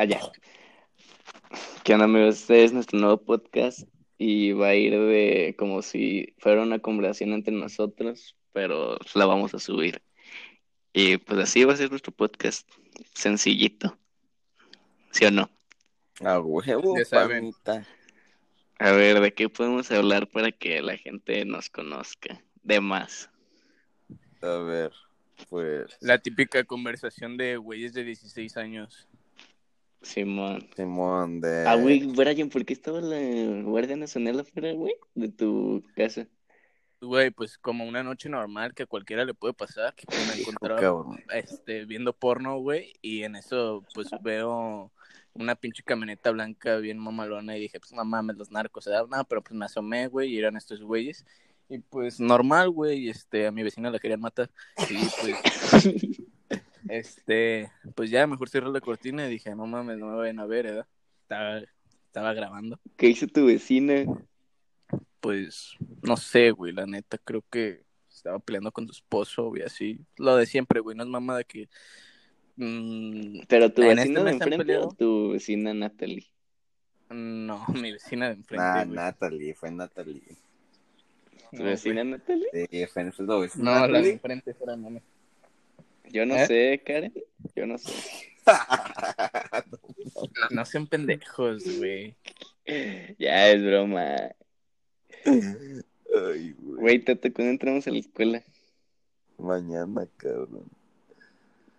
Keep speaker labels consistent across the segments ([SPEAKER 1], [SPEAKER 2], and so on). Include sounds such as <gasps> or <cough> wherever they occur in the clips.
[SPEAKER 1] Allá. Ah, ¿Qué onda, amigos? Este es nuestro nuevo podcast y va a ir de como si fuera una conversación entre nosotros, pero la vamos a subir. Y pues así va a ser nuestro podcast. Sencillito. ¿Sí o no?
[SPEAKER 2] A huevo,
[SPEAKER 3] Ya saben.
[SPEAKER 2] panita.
[SPEAKER 1] A ver, ¿de qué podemos hablar para que la gente nos conozca? De más.
[SPEAKER 2] A ver, pues.
[SPEAKER 3] La típica conversación de güeyes de 16 años.
[SPEAKER 1] Simón.
[SPEAKER 2] Simón de.
[SPEAKER 1] Ah, güey, Brian, ¿por qué estaba la Guardia Nacional afuera, güey? De tu casa. <laughs>
[SPEAKER 3] Güey, pues como una noche normal que a cualquiera le puede pasar, que me
[SPEAKER 2] <laughs> Hijo,
[SPEAKER 3] encontraba
[SPEAKER 2] cabrón.
[SPEAKER 3] este, viendo porno, güey, y en eso pues veo una pinche camioneta blanca bien mamalona y dije, pues no mames, los narcos se dan nada, pero pues me asomé, güey, y eran estos güeyes. Y pues normal, güey, este, a mi vecina la querían matar. Y pues Este, pues ya mejor cerré la cortina y dije, no mames, no me vayan a ver, ¿verdad? Estaba, estaba grabando.
[SPEAKER 1] ¿Qué hizo tu vecina?
[SPEAKER 3] Pues, no sé, güey, la neta, creo que estaba peleando con tu esposo, y así. Lo de siempre, güey, no es mamada que. mm,
[SPEAKER 1] ¿Pero tu
[SPEAKER 3] En
[SPEAKER 1] vecina
[SPEAKER 3] este
[SPEAKER 1] de
[SPEAKER 3] mes se han
[SPEAKER 1] enfrente
[SPEAKER 3] peleado.
[SPEAKER 1] o tu vecina Natalie?
[SPEAKER 3] no, <laughs> mi vecina de enfrente.
[SPEAKER 2] Nah,
[SPEAKER 3] güey.
[SPEAKER 2] Natalie, fue Natalie.
[SPEAKER 1] ¿Tu
[SPEAKER 3] No,
[SPEAKER 1] vecina Natalie?
[SPEAKER 2] Sí, fue en no, es
[SPEAKER 3] güey. No, la de
[SPEAKER 2] Natalie.
[SPEAKER 3] enfrente fuera mames.
[SPEAKER 1] Yo no
[SPEAKER 3] ¿Eh?
[SPEAKER 1] sé, Karen. Yo no sé.
[SPEAKER 3] No sean pendejos, güey.
[SPEAKER 1] <laughs> Ya es broma.
[SPEAKER 2] Ay, güey.
[SPEAKER 1] Güey, Tato, ¿cuándo entramos a la escuela?
[SPEAKER 2] Mañana, cabrón.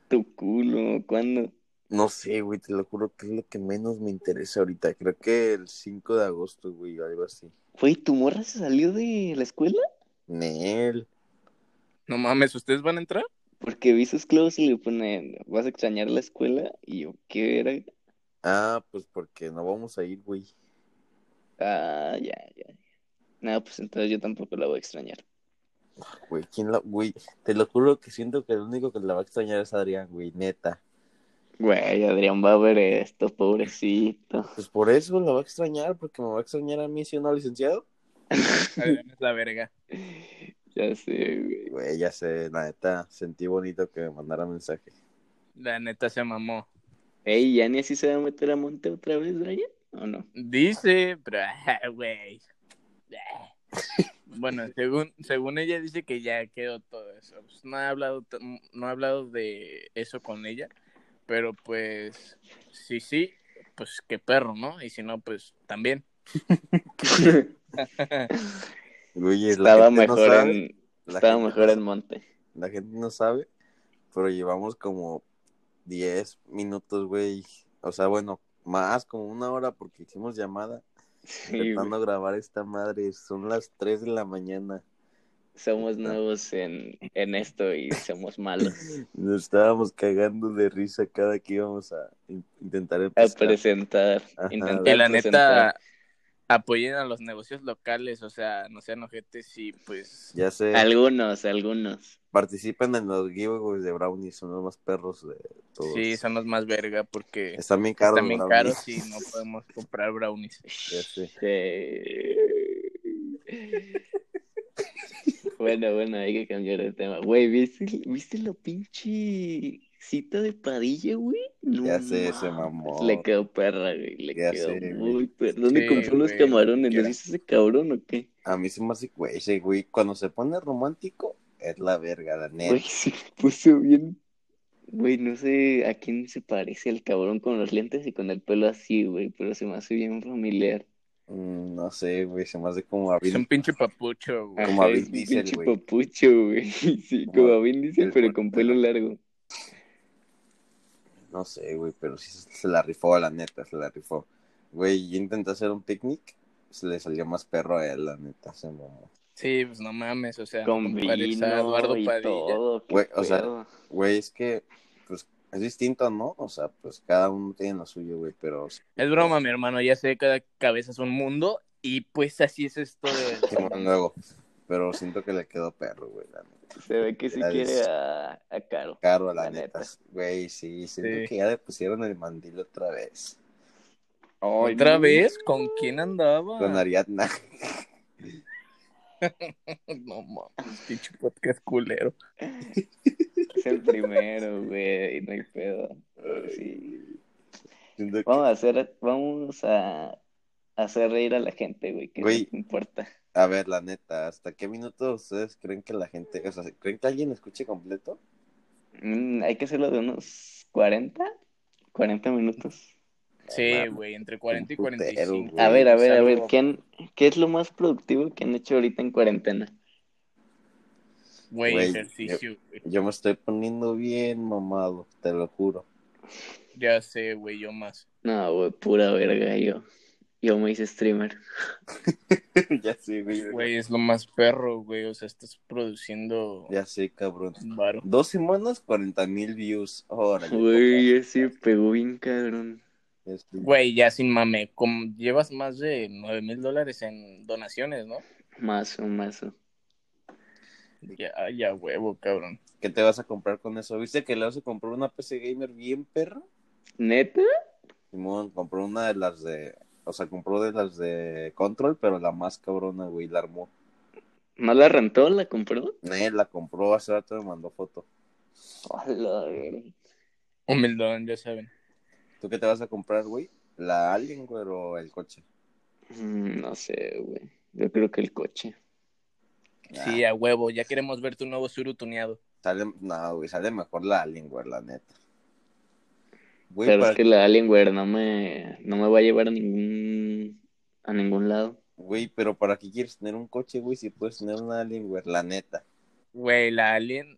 [SPEAKER 1] Tu culo, ¿cuándo?
[SPEAKER 2] No sé, güey, te lo juro que es lo que menos me interesa ahorita. Creo que el 5 de agosto, güey, o algo así.
[SPEAKER 1] Güey, ¿tu morra se salió de la escuela?
[SPEAKER 2] Nel.
[SPEAKER 3] No mames, ¿ustedes van a entrar?
[SPEAKER 1] Porque vi sus clavos y le ponen, ¿vas a extrañar la escuela? Y yo, ¿qué era?
[SPEAKER 2] Ah, pues porque no vamos a ir, güey.
[SPEAKER 1] Ah, ya, ya. No, pues entonces yo tampoco la voy a extrañar.
[SPEAKER 2] Güey, ¿quién la... Güey, te lo juro que siento que el único que la va a extrañar es Adrián, güey, neta.
[SPEAKER 1] Güey, Adrián va a ver esto, pobrecito.
[SPEAKER 2] Pues por eso la va a extrañar, porque me va a extrañar a mí siendo licenciado.
[SPEAKER 3] A ver, es la verga.
[SPEAKER 1] Ya sé, güey.
[SPEAKER 2] Güey, ya sé, la neta, sentí bonito que me mandara mensaje.
[SPEAKER 3] La neta se mamó.
[SPEAKER 1] Ey, ¿ya ni así se va a meter a monte otra vez, Brian? ¿O
[SPEAKER 2] <laughs>
[SPEAKER 1] no?
[SPEAKER 3] Dice, pero, <laughs> ah, güey. Ah. Bueno, según, según ella dice que ya quedó todo eso. Pues no he hablado, t- no he hablado de eso con ella, pero pues, si sí, pues qué perro, ¿no? Y si no, pues también.
[SPEAKER 2] Güey,
[SPEAKER 1] <laughs>
[SPEAKER 2] la
[SPEAKER 1] Estaba
[SPEAKER 2] gente no
[SPEAKER 1] mejor
[SPEAKER 2] sabe,
[SPEAKER 1] en...
[SPEAKER 2] la
[SPEAKER 1] Estaba
[SPEAKER 2] gente-
[SPEAKER 1] mejor en monte.
[SPEAKER 2] La gente no sabe, pero llevamos como 10 minutos, güey. O sea, bueno, más como una hora porque hicimos llamada
[SPEAKER 1] Sí, güey.
[SPEAKER 2] intentando grabar esta madre. Son las 3 de la mañana.
[SPEAKER 1] somos nuevos en, en esto y somos
[SPEAKER 2] <laughs>
[SPEAKER 1] malos
[SPEAKER 2] Nos estábamos cagando de risa cada que íbamos a in- intentar
[SPEAKER 1] a
[SPEAKER 2] empezar.
[SPEAKER 1] presentar.
[SPEAKER 2] Ajá.
[SPEAKER 1] intentar
[SPEAKER 3] Que la
[SPEAKER 1] presentar.
[SPEAKER 3] neta apoyen a los negocios locales, o sea, no sean ojetes y pues
[SPEAKER 2] Ya sé,
[SPEAKER 1] Algunos, algunos.
[SPEAKER 2] participan en los giveaways de brownies, son los más perros de todos.
[SPEAKER 3] sí, son los más verga porque
[SPEAKER 2] Están bien caros
[SPEAKER 3] están bien
[SPEAKER 2] los
[SPEAKER 3] caros
[SPEAKER 2] brownies.
[SPEAKER 3] y no podemos comprar brownies.
[SPEAKER 2] sé.
[SPEAKER 1] Este, Sí. Bueno, bueno, hay que cambiar de tema. Güey, ¿viste, ¿viste lo pinche cita de Padilla, güey? No
[SPEAKER 2] Ya sé,
[SPEAKER 1] mames.
[SPEAKER 2] se mamó.
[SPEAKER 1] Le quedó perra, güey. Le
[SPEAKER 2] Ya
[SPEAKER 1] quedó
[SPEAKER 2] sé, güey.
[SPEAKER 1] muy perra. ¿Dónde
[SPEAKER 3] Sí,
[SPEAKER 1] compró los
[SPEAKER 3] güey,
[SPEAKER 1] camarones? ¿Les
[SPEAKER 3] cualquiera.
[SPEAKER 1] hizo ese cabrón o qué?
[SPEAKER 2] A mí se me hace, güey, ese güey, cuando se pone romántico, es la verga, la neta.
[SPEAKER 1] Güey, <laughs> se puso bien. Güey, no sé a quién se parece el cabrón con los lentes y con el pelo así, güey, pero se me hace bien familiar.
[SPEAKER 2] Mm, No sé, güey, se me hace como a
[SPEAKER 3] Es un
[SPEAKER 2] Vin-
[SPEAKER 3] pinche papucho, güey.
[SPEAKER 2] Como a
[SPEAKER 1] Ajá, es
[SPEAKER 2] Vin
[SPEAKER 1] un
[SPEAKER 2] Diesel,
[SPEAKER 1] pinche
[SPEAKER 2] güey.
[SPEAKER 1] papucho, güey. <laughs> Sí,
[SPEAKER 2] Como
[SPEAKER 1] como
[SPEAKER 2] a
[SPEAKER 1] a Vin Diesel,
[SPEAKER 2] Diesel,
[SPEAKER 1] pero
[SPEAKER 2] güey.
[SPEAKER 1] con pelo largo.
[SPEAKER 2] No sé, güey, pero sí se se la rifó, la neta, se la rifó. Güey, yo intenté hacer un picnic, se le salió más perro a él, la neta, se mamó.
[SPEAKER 3] Sí, pues no mames, o sea,
[SPEAKER 1] Con
[SPEAKER 3] no compares a
[SPEAKER 1] vino
[SPEAKER 3] Eduardo
[SPEAKER 1] y
[SPEAKER 3] Padilla.
[SPEAKER 1] todo. qué
[SPEAKER 2] Güey, o sea,
[SPEAKER 1] pedo.
[SPEAKER 2] Güey, es que, pues, es distinto, ¿no? O sea, pues, cada uno tiene lo suyo, güey, pero...
[SPEAKER 3] Es broma, mi hermano, ya sé, cada cabeza es un mundo y pues así es esto
[SPEAKER 2] Sí, bueno,
[SPEAKER 3] de...
[SPEAKER 2] luego, pero siento que le quedó perro, güey, la neta.
[SPEAKER 1] se ve que sí
[SPEAKER 2] ya
[SPEAKER 1] quiere
[SPEAKER 2] ves.
[SPEAKER 1] a, a Caro.
[SPEAKER 2] Caro, la,
[SPEAKER 1] La
[SPEAKER 2] neta.
[SPEAKER 1] neta.
[SPEAKER 2] Güey, sí, siento
[SPEAKER 3] Sí.
[SPEAKER 2] que ya le pusieron el mandil otra vez.
[SPEAKER 3] ¿Otra vez? ¿Con quién andaba?
[SPEAKER 2] Con Ariadna. <laughs>
[SPEAKER 3] No mames, pinche podcast culero.
[SPEAKER 1] Es el primero, güey, no hay pedo. Pues Sí.
[SPEAKER 2] Siento que-
[SPEAKER 1] Vamos a hacer, vamos a hacer reír a la gente, güey, que
[SPEAKER 2] Güey.
[SPEAKER 1] no importa.
[SPEAKER 2] A ver, la neta, ¿hasta qué minuto ustedes creen que la gente, o sea, creen que alguien escuche completo?
[SPEAKER 1] Mm, hay que hacerlo de unos 40, 40 minutos.
[SPEAKER 3] Sí,
[SPEAKER 2] mames,
[SPEAKER 3] güey, entre 40 y Ah,
[SPEAKER 2] un putero,
[SPEAKER 3] 45.
[SPEAKER 2] güey.
[SPEAKER 1] A ver, a ver, a ver,
[SPEAKER 2] algo-
[SPEAKER 1] ¿qué, han- qué es lo más productivo que han hecho ahorita en cuarentena?
[SPEAKER 3] Güey,
[SPEAKER 2] Güey,
[SPEAKER 3] ejercicio, güey.
[SPEAKER 2] Yo me estoy poniendo bien mamado, te lo juro. <laughs>
[SPEAKER 3] Ya sé, güey, yo más.
[SPEAKER 1] No, güey, pura verga, yo. Yo me hice streamer.
[SPEAKER 2] ya sé, güey.
[SPEAKER 3] Güey, es lo más perro, güey. O sea, estás produciendo
[SPEAKER 2] Ya sé, cabrón.
[SPEAKER 3] varo.
[SPEAKER 2] Dos semanas, 40 mil views. Órale.
[SPEAKER 1] Güey, ese pegó bien cabrón.
[SPEAKER 2] Ya sé.
[SPEAKER 3] Güey, ya sin mame, como llevas más de 9 mil dólares en donaciones, ¿no?
[SPEAKER 1] Mazo, mazo.
[SPEAKER 3] Ya, ya, huevo, cabrón.
[SPEAKER 2] ¿Qué te vas a comprar con eso? ¿Viste que Leo se compró una PC Gamer bien perra?
[SPEAKER 1] ¿Neta?
[SPEAKER 2] Simón compró una de las de. O sea, compró de las de Control, pero la más cabrona, güey, la armó.
[SPEAKER 1] ¿No la rentó? ¿La compró?
[SPEAKER 2] Eh, la compró hace rato, me mandó foto.
[SPEAKER 1] Hola, güey.
[SPEAKER 3] Humildón, ya saben.
[SPEAKER 2] ¿Tú qué te vas a comprar, güey? ¿La Alien, güey, o el coche?
[SPEAKER 1] Mm, No sé, güey. Yo creo que el coche.
[SPEAKER 3] Sí, a huevo, ya queremos ver tu nuevo suru tuneado.
[SPEAKER 2] Ah, Sale, no, güey, sale mejor la Alien, güey, la neta. Güey,
[SPEAKER 1] Pero
[SPEAKER 2] para,
[SPEAKER 1] es que la Alienware no me, no me va a llevar a ningún, a ningún lado.
[SPEAKER 2] güey, pero ¿para qué quieres tener un coche, güey, si puedes tener una Alien, güey, la neta?
[SPEAKER 3] Güey, la Alien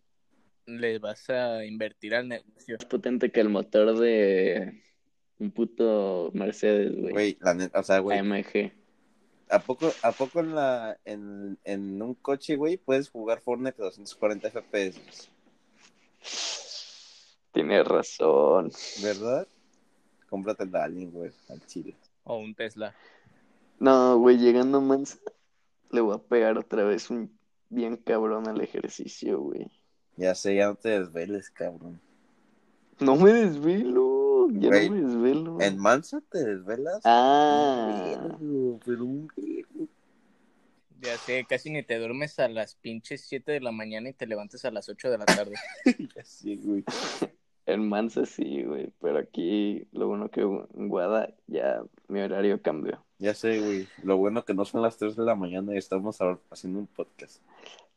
[SPEAKER 3] le vas a invertir al negocio.
[SPEAKER 1] Más potente que el motor de un puto Mercedes, güey.
[SPEAKER 2] Güey, la neta, o sea, güey,
[SPEAKER 1] AMG.
[SPEAKER 2] ¿a poco, a poco en, la, en, en un coche, güey, puedes jugar Fortnite a 240 FPS?
[SPEAKER 1] Tienes razón.
[SPEAKER 2] ¿Verdad? Cómprate la Alien, güey, al chile.
[SPEAKER 3] O un Tesla.
[SPEAKER 1] No, güey, llegando a Mansa, le voy a pegar otra vez un bien cabrón al ejercicio, güey.
[SPEAKER 2] Ya sé, ya no te desveles, cabrón.
[SPEAKER 1] No me desvelo, ya
[SPEAKER 2] Güey,
[SPEAKER 1] no me desvelo.
[SPEAKER 2] ¿En Mansa te desvelas?
[SPEAKER 1] Ah,
[SPEAKER 2] Un vergo, pero un vergo.
[SPEAKER 3] Ya sé, casi ni te duermes a las pinches 7 de la mañana y te levantas a las 8 de
[SPEAKER 2] <laughs>
[SPEAKER 3] la tarde.
[SPEAKER 2] <laughs> Ya sé, güey.
[SPEAKER 1] en Mansa sí, güey, pero aquí lo bueno que en Guada ya mi horario cambió.
[SPEAKER 2] Ya sé, güey. Lo bueno que no son las 3 de la mañana y estamos ahora haciendo un podcast.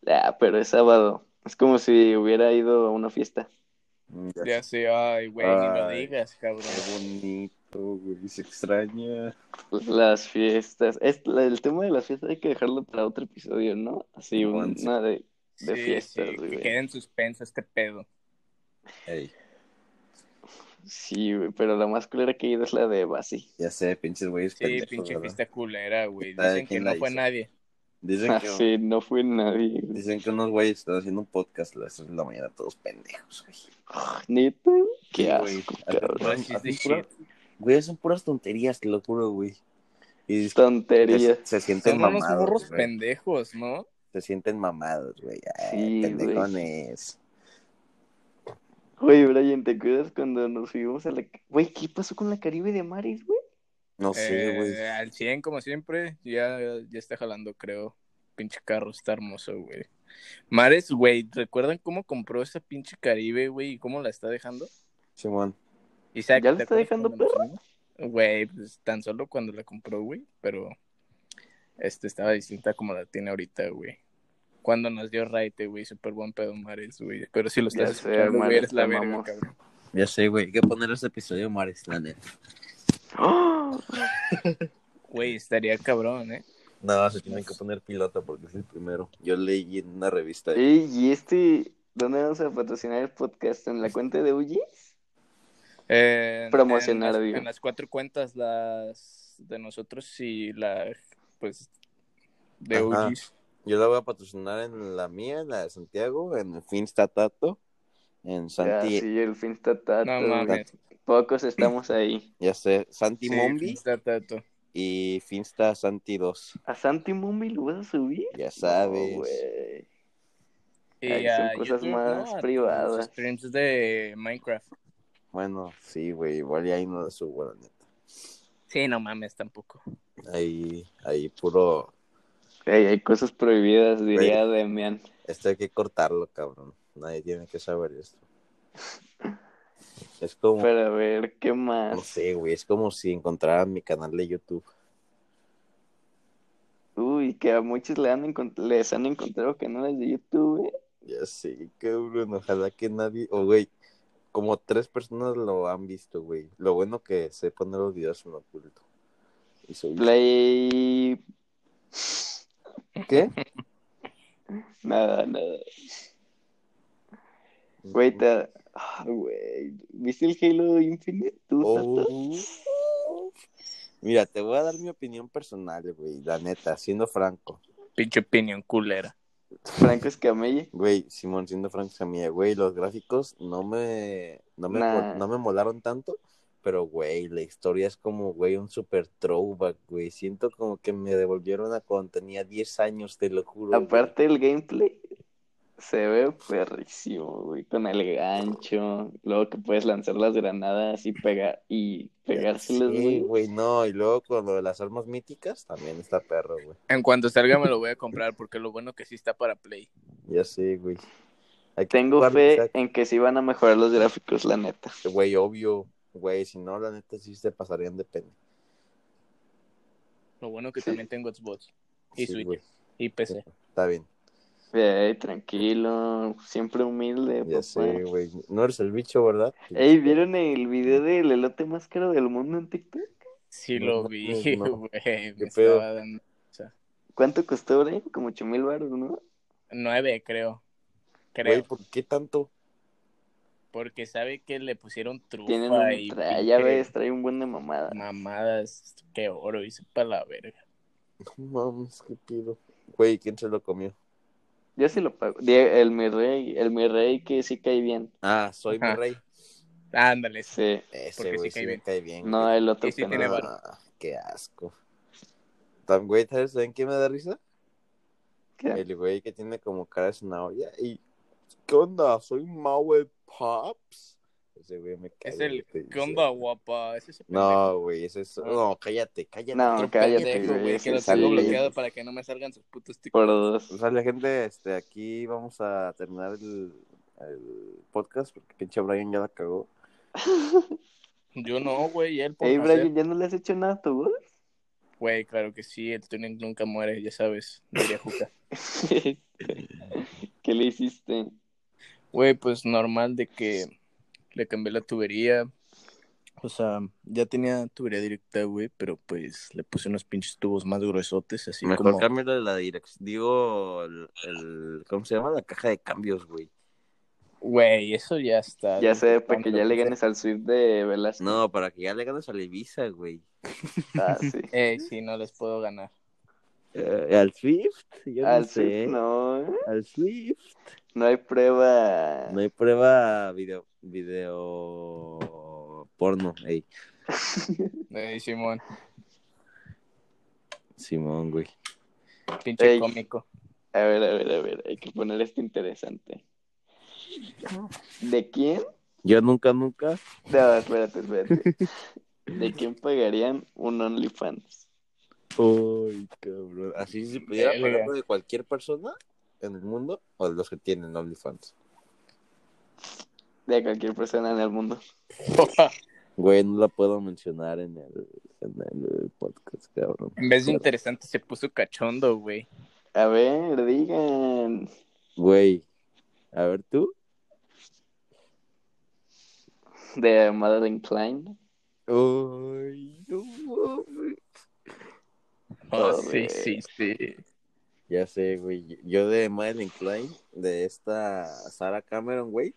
[SPEAKER 1] Ah, pero es sábado. Es como si hubiera ido a una fiesta.
[SPEAKER 2] Mm, ya
[SPEAKER 3] Ya
[SPEAKER 2] sé.
[SPEAKER 3] sé, ay, güey, ni lo
[SPEAKER 2] Ay.
[SPEAKER 3] digas, cabrón.
[SPEAKER 2] Qué bonito, güey. Se extraña.
[SPEAKER 1] Las fiestas. Es, la- el tema de las fiestas hay que dejarlo para otro episodio, ¿no? Así,
[SPEAKER 2] Once.
[SPEAKER 1] una de, de
[SPEAKER 3] Sí,
[SPEAKER 1] fiestas,
[SPEAKER 3] sí, que
[SPEAKER 1] güey.
[SPEAKER 3] quede en suspenso este pedo.
[SPEAKER 2] Ey,
[SPEAKER 1] Sí, güey, pero la más culera que he ido es la de Basi.
[SPEAKER 2] ya sé, pinches güeyes
[SPEAKER 3] Sí,
[SPEAKER 2] pendejos,
[SPEAKER 3] pinche
[SPEAKER 2] ¿verdad?
[SPEAKER 3] fiesta culera, güey.
[SPEAKER 2] ¿Sabe
[SPEAKER 3] Dicen que
[SPEAKER 2] quién la
[SPEAKER 3] no fue
[SPEAKER 2] hizo?
[SPEAKER 3] nadie.
[SPEAKER 1] <laughs>
[SPEAKER 2] Dicen que,
[SPEAKER 1] Así, Ah, no fue nadie. güey.
[SPEAKER 2] dicen que unos güeyes están haciendo un podcast a las 3 de la mañana, todos pendejos, güey.
[SPEAKER 1] Neta,
[SPEAKER 2] Sí,
[SPEAKER 1] qué
[SPEAKER 2] güey.
[SPEAKER 1] asco,
[SPEAKER 2] Hacen
[SPEAKER 1] cabrón.
[SPEAKER 2] puras-
[SPEAKER 3] This is the
[SPEAKER 2] hacen puras- Güey, son puras tonterías, te lo juro, güey. Y es-
[SPEAKER 1] Tonterías.
[SPEAKER 2] se, se sienten
[SPEAKER 3] Son unos
[SPEAKER 2] mamados,
[SPEAKER 3] burros
[SPEAKER 2] güey.
[SPEAKER 3] pendejos, ¿no?
[SPEAKER 2] Se sienten mamados, güey.
[SPEAKER 1] Sí,
[SPEAKER 2] Ay,
[SPEAKER 1] güey.
[SPEAKER 2] pendejones.
[SPEAKER 1] Güey, Brian, ¿te acuerdas cuando nos fuimos a la... Güey, ¿qué pasó con la Caribe de Maris,
[SPEAKER 2] <gasps>
[SPEAKER 1] güey?
[SPEAKER 2] No sé,
[SPEAKER 3] Eh,
[SPEAKER 2] güey.
[SPEAKER 3] al 100, como siempre, ya, ya está jalando, creo. Pinche carro está hermoso, güey. Mares, güey, ¿recuerdan cómo compró esa pinche Caribe, güey? ¿Y cómo la está dejando?
[SPEAKER 2] Simón.
[SPEAKER 3] Isaac,
[SPEAKER 1] ¿Ya la
[SPEAKER 3] ¿te
[SPEAKER 1] está
[SPEAKER 3] acuerdas
[SPEAKER 1] dejando
[SPEAKER 3] cuando nos fuimos? Güey, pues tan solo cuando la compró, güey, pero este estaba distinta como la tiene ahorita, güey. Cuando nos dio raite, güey, súper buen pedo Mares, güey. Pero si lo
[SPEAKER 1] Ya
[SPEAKER 3] estás
[SPEAKER 1] sé,
[SPEAKER 3] escuchando, güey,
[SPEAKER 1] Mares,
[SPEAKER 3] eres la
[SPEAKER 1] te
[SPEAKER 3] verga,
[SPEAKER 1] amamos.
[SPEAKER 3] cabrón.
[SPEAKER 2] Ya sé, güey. Hay que poner este episodio, Mares, la neta.
[SPEAKER 1] ¡Ah!
[SPEAKER 3] Güey, estaría cabrón, ¿eh?
[SPEAKER 2] No, se tienen que poner piloto porque es el primero. Yo leí en una revista.
[SPEAKER 1] Ey, ¿y este? ¿Dónde vamos a patrocinar el podcast? ¿En la cuenta de Uji?
[SPEAKER 3] Eh,
[SPEAKER 1] Promocionar,
[SPEAKER 3] en
[SPEAKER 1] digo.
[SPEAKER 3] las, en las cuatro cuentas, las de nosotros y la, pues, de
[SPEAKER 2] Ajá.
[SPEAKER 3] OGs.
[SPEAKER 2] Yo la voy a patrocinar en la mía, en la de Santiago, en Finsta Tato,
[SPEAKER 1] Ya,
[SPEAKER 2] en Santi.
[SPEAKER 1] Ah, sí, el Finsta Tato,
[SPEAKER 3] No
[SPEAKER 1] güey.
[SPEAKER 3] mames.
[SPEAKER 1] Pocos estamos ahí.
[SPEAKER 2] Ya sé, Santi
[SPEAKER 3] Sí,
[SPEAKER 2] Mombi
[SPEAKER 3] Finsta Tato.
[SPEAKER 2] y Finsta Santi 2.
[SPEAKER 1] ¿A Santi Mumbi lo vas a subir?
[SPEAKER 2] <laughs> Ya
[SPEAKER 1] No,
[SPEAKER 2] sabes.
[SPEAKER 1] güey.
[SPEAKER 3] Y
[SPEAKER 1] Ahí son
[SPEAKER 3] a
[SPEAKER 1] cosas
[SPEAKER 3] YouTube,
[SPEAKER 1] más
[SPEAKER 3] ¿no? A
[SPEAKER 1] privadas.
[SPEAKER 3] tus Streams de Minecraft.
[SPEAKER 2] bueno, sí, güey. Igual y ahí no la subo, la neta.
[SPEAKER 3] Sí, no mames, tampoco.
[SPEAKER 2] Ahí, ahí puro.
[SPEAKER 1] Ey, hay cosas prohibidas, diría Demian.
[SPEAKER 2] Esto hay que cortarlo, cabrón. Nadie tiene que saber esto. Es como,
[SPEAKER 1] Para ver qué
[SPEAKER 2] no
[SPEAKER 1] más.
[SPEAKER 2] sé, güey, es como si encontrara mi canal de YouTube.
[SPEAKER 1] Uy, que a muchos le han encont- les han encontrado canales de YouTube. ¿eh?
[SPEAKER 2] Ya sé, cabrón, ojalá que nadie, o güey, como tres personas lo han visto, güey. Lo bueno que sé poner los videos en oculto. Y soy...
[SPEAKER 1] Play.
[SPEAKER 2] ¿Qué?
[SPEAKER 1] Nada, nada. Güey, te- Ah, güey. ¿Viste el Halo Infinite? ¿Tú, Tato?
[SPEAKER 2] Oh. Mira, te voy a dar mi opinión personal, güey, la neta, siendo franco.
[SPEAKER 3] Pinche opinión culera.
[SPEAKER 1] Franco
[SPEAKER 2] <laughs>
[SPEAKER 1] Escamilla.
[SPEAKER 2] Güey, Simón, siendo franco, es mía, güey, los gráficos no me, no me,
[SPEAKER 1] Nah.
[SPEAKER 2] no me molaron tanto, pero, güey, la historia es como, güey, un super throwback, güey. Siento como que me devolvieron a cuando tenía 10 años, te lo juro. güey.
[SPEAKER 1] Aparte el gameplay se ve perrísimo, güey, con el gancho, luego que puedes lanzar las granadas y pegar y pegárselas,
[SPEAKER 2] Sí,
[SPEAKER 1] güey.
[SPEAKER 2] güey, no, y luego con lo de las armas míticas, también está perro, güey.
[SPEAKER 3] En cuanto salga me lo voy a comprar porque lo bueno que sí está para Play.
[SPEAKER 2] Ya sé, güey. Hay que
[SPEAKER 1] Tengo
[SPEAKER 2] jugarlo, o sea,
[SPEAKER 1] fe en que sí van a mejorar los gráficos, la neta.
[SPEAKER 2] Güey, obvio, güey, si no, la neta sí se pasarían de pena.
[SPEAKER 3] Lo bueno que
[SPEAKER 1] Sí.
[SPEAKER 3] también tengo Xbox Y
[SPEAKER 2] Sí,
[SPEAKER 3] Switch.
[SPEAKER 2] güey,
[SPEAKER 3] y PC.
[SPEAKER 2] está bien.
[SPEAKER 1] Ey, tranquilo, siempre humilde,
[SPEAKER 2] Ya
[SPEAKER 1] papá.
[SPEAKER 3] Pues,
[SPEAKER 2] sé, güey. No eres el bicho, ¿verdad?
[SPEAKER 1] <laughs> Ey, ¿vieron el video del elote más caro del mundo en TikTok?
[SPEAKER 3] Sí
[SPEAKER 2] No,
[SPEAKER 3] lo
[SPEAKER 2] no,
[SPEAKER 3] vi,
[SPEAKER 2] no.
[SPEAKER 3] <laughs> güey.
[SPEAKER 2] ¿Qué
[SPEAKER 3] Me
[SPEAKER 2] pedo?
[SPEAKER 3] estaba dando
[SPEAKER 1] ¿Cuánto costó, güey? Como ocho mil baros, ¿no?
[SPEAKER 3] nueve, creo. Creo.
[SPEAKER 2] Güey, ¿por qué tanto?
[SPEAKER 3] Porque sabe que le pusieron trufa
[SPEAKER 1] Tienen
[SPEAKER 3] y
[SPEAKER 1] un... tra- Ya
[SPEAKER 3] pinche
[SPEAKER 1] ves, trae un buen de mamada.
[SPEAKER 3] mamadas. Qué oro hice para la verga.
[SPEAKER 2] No mames, qué pido. Güey, ¿quién se lo comió?
[SPEAKER 1] Yo sí lo pago. Die- El mi rey, el mi rey que sí cae bien.
[SPEAKER 2] Ah, soy mi
[SPEAKER 3] Ajá.
[SPEAKER 2] rey.
[SPEAKER 3] Ándale.
[SPEAKER 1] Sí.
[SPEAKER 2] Ese,
[SPEAKER 3] Porque sí
[SPEAKER 2] güey, sí,
[SPEAKER 3] cae
[SPEAKER 2] me
[SPEAKER 3] bien.
[SPEAKER 2] cae bien.
[SPEAKER 1] No,
[SPEAKER 2] güey.
[SPEAKER 1] el otro
[SPEAKER 3] Y sí
[SPEAKER 1] que
[SPEAKER 3] tiene
[SPEAKER 1] no.
[SPEAKER 3] varo.
[SPEAKER 2] Ah, qué asco. Tan, güey, ¿sabes en qué me da risa?
[SPEAKER 1] ¿Qué?
[SPEAKER 2] El güey que tiene como cara de zanahoria y... ¿Qué onda? Soy Maui Pops. Ese güey me cae
[SPEAKER 3] Es el
[SPEAKER 2] bien,
[SPEAKER 3] ¿Qué onda, guapa? ¿Es ese pendejo?
[SPEAKER 2] No, güey, ese es... No, cállate, cállate.
[SPEAKER 1] No,
[SPEAKER 3] Otro
[SPEAKER 1] cállate,
[SPEAKER 3] pendejo,
[SPEAKER 1] güey,
[SPEAKER 3] güey.
[SPEAKER 1] es
[SPEAKER 3] Que
[SPEAKER 1] el
[SPEAKER 3] lo tengo
[SPEAKER 2] Salim.
[SPEAKER 3] bloqueado para que no me salgan sus putos TikToks.
[SPEAKER 1] Por dos.
[SPEAKER 2] O sea, la gente, este, aquí vamos a terminar el, el podcast porque pinche Brian ya la cagó.
[SPEAKER 3] Yo no, güey. Él por
[SPEAKER 1] Ey,
[SPEAKER 3] nacer.
[SPEAKER 1] Brian, ¿ya no le has hecho nada a tu voz?
[SPEAKER 3] Güey, claro que sí, el tuning nunca muere, ya sabes, diría Juca.
[SPEAKER 1] <laughs> ¿Qué le hiciste?
[SPEAKER 3] Güey, pues normal de que le cambié la tubería. O sea, ya tenía tubería directa, güey, pero pues le puse unos pinches tubos más gruesotes, así
[SPEAKER 2] Mejor
[SPEAKER 3] como...
[SPEAKER 2] cambio de la dirección. Digo, el, el- ¿cómo se llama? La caja de cambios, güey.
[SPEAKER 3] Güey, eso ya está.
[SPEAKER 1] Ya
[SPEAKER 3] desde
[SPEAKER 1] sé, para
[SPEAKER 3] cuando
[SPEAKER 1] que ya le
[SPEAKER 3] empecé.
[SPEAKER 1] ganes al Swift de Velasco.
[SPEAKER 2] No, para que ya le ganes a la Ibiza, güey.
[SPEAKER 1] Ah, sí.
[SPEAKER 3] Ey, sí, no les puedo ganar.
[SPEAKER 2] Eh, ¿Al Swift? Yo no
[SPEAKER 1] Al
[SPEAKER 2] sé.
[SPEAKER 1] Swift no, ¿eh?
[SPEAKER 2] Al Swift.
[SPEAKER 1] no hay prueba.
[SPEAKER 2] No hay prueba video, video porno, ey.
[SPEAKER 3] Ey, Simón,
[SPEAKER 2] Simón, güey.
[SPEAKER 3] pinche
[SPEAKER 1] Ey.
[SPEAKER 3] cómico. <laughs>
[SPEAKER 1] A ver, a ver, a ver, hay que poner esto interesante. ¿De quién?
[SPEAKER 2] Yo nunca, nunca.
[SPEAKER 1] No, espérate, espérate. ¿De quién pagarían un OnlyFans?
[SPEAKER 2] Uy, cabrón. Así si pudiera
[SPEAKER 3] Verga.
[SPEAKER 2] pagarlo de cualquier persona en el mundo o de los que tienen OnlyFans.
[SPEAKER 1] De cualquier persona en el mundo.
[SPEAKER 2] Güey, no la puedo mencionar en el, en el podcast, cabrón.
[SPEAKER 3] en vez de interesante se puso cachondo, güey.
[SPEAKER 1] A ver, digan.
[SPEAKER 2] Güey, a ver tú.
[SPEAKER 1] De Madeline Klein.
[SPEAKER 2] Uy, no mames.
[SPEAKER 3] Oh,
[SPEAKER 1] Oh,
[SPEAKER 3] sí,
[SPEAKER 1] güey.
[SPEAKER 3] sí, sí.
[SPEAKER 2] Ya sé, güey. Yo de Madeline Klein, de esta Sarah Cameron, güey.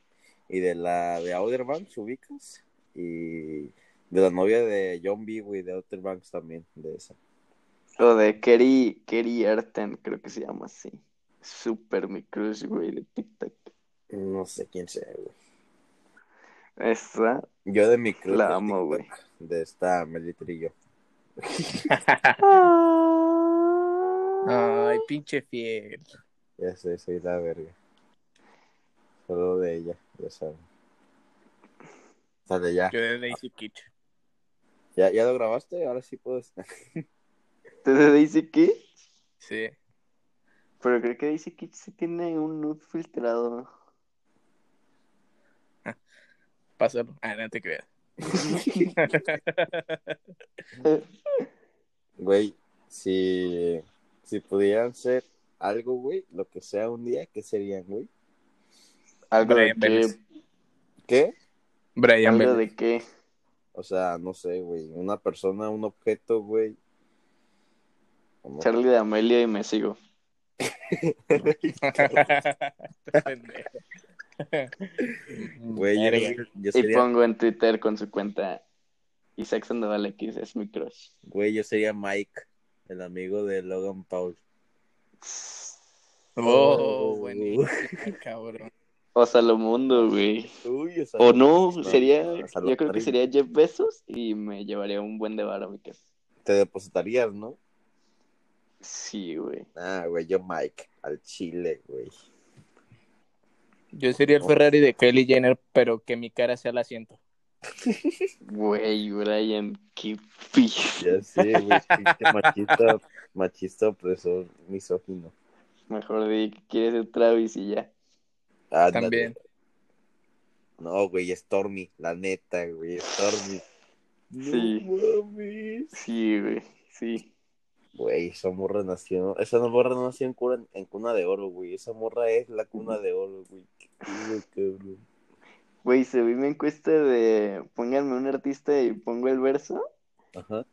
[SPEAKER 2] Y de la de Outer Banks, ubicas. Y de la novia de John B, güey, de Outer Banks también, de esa.
[SPEAKER 1] O de Kerry, Kerry Erten, creo que se llama así. Super mi crush, güey, de TikTok.
[SPEAKER 2] No sé quién sea, güey.
[SPEAKER 1] Esa.
[SPEAKER 2] Yo de mi club
[SPEAKER 1] La
[SPEAKER 2] de
[SPEAKER 1] amo,
[SPEAKER 2] TikTok, <laughs> de esta Melitrillo.
[SPEAKER 1] Ah.
[SPEAKER 3] Ay, pinche fiel.
[SPEAKER 2] Ya sé, soy la verga. Solo de ella, ya saben. Sale ya.
[SPEAKER 3] Yo de Daisy Kitch.
[SPEAKER 2] ya. Ya lo grabaste, ahora sí puedo. estar.
[SPEAKER 1] Entonces dice que,
[SPEAKER 3] Sí.
[SPEAKER 1] pero creo que dice que sí tiene un nude filtrado.
[SPEAKER 3] Pásalo. Ah, no
[SPEAKER 1] <laughs>
[SPEAKER 3] te creas.
[SPEAKER 1] Eh,
[SPEAKER 2] Güey, si, si pudieran ser algo, güey, lo que sea un día, ¿qué serían, güey?
[SPEAKER 1] Algo de
[SPEAKER 3] Brian
[SPEAKER 1] qué,
[SPEAKER 3] Vélez.
[SPEAKER 2] ¿Qué?
[SPEAKER 3] Brian
[SPEAKER 1] algo
[SPEAKER 3] <laughs> Vélez.
[SPEAKER 1] de qué.
[SPEAKER 2] O sea, no sé, güey, una persona, un objeto, güey. O no.
[SPEAKER 1] Charlie de Amelia y me sigo.
[SPEAKER 2] Güey, yo,
[SPEAKER 3] Verga.
[SPEAKER 2] yo
[SPEAKER 1] Y
[SPEAKER 2] sería,
[SPEAKER 1] pongo en Twitter con su cuenta Isaac Sandoval X es mi crush.
[SPEAKER 2] güey, yo sería Mike, el amigo de Logan Paul.
[SPEAKER 3] Oh, buenísimo, cabrón.
[SPEAKER 1] O Salomundo, güey.
[SPEAKER 2] Uy, o sea,
[SPEAKER 1] O no,
[SPEAKER 2] no,
[SPEAKER 1] sería,
[SPEAKER 2] no, o sea, lo
[SPEAKER 1] yo creo que
[SPEAKER 2] horrible.
[SPEAKER 1] sería Jeff Bezos y me llevaría un buen de bar a mi casa.
[SPEAKER 2] te depositarías, ¿no?
[SPEAKER 1] Sí, güey.
[SPEAKER 2] Ah, güey, yo Mike, al chile, güey.
[SPEAKER 3] Yo sería el Ferrari de Kelly Jenner, pero que mi cara sea el asiento.
[SPEAKER 1] Güey, Brian, qué pif. <laughs>
[SPEAKER 2] Ya sé, güey, pinche machista, machista opresor, misógino.
[SPEAKER 1] Mejor di que quieres ser Travis y ya.
[SPEAKER 2] Ándale.
[SPEAKER 3] También.
[SPEAKER 2] No, güey, Stormy, la neta, güey, Stormy.
[SPEAKER 1] Sí.
[SPEAKER 2] No mames.
[SPEAKER 1] Sí, güey, sí.
[SPEAKER 2] Güey, esa morra nació. Esa morra no nació en, cura- en cuna de oro, güey. Esa morra es la cuna de oro, güey. Qué culo, cabrón.
[SPEAKER 1] Güey, se vi mi encuesta de pónganme un artista y pongo el verso.
[SPEAKER 2] Ajá.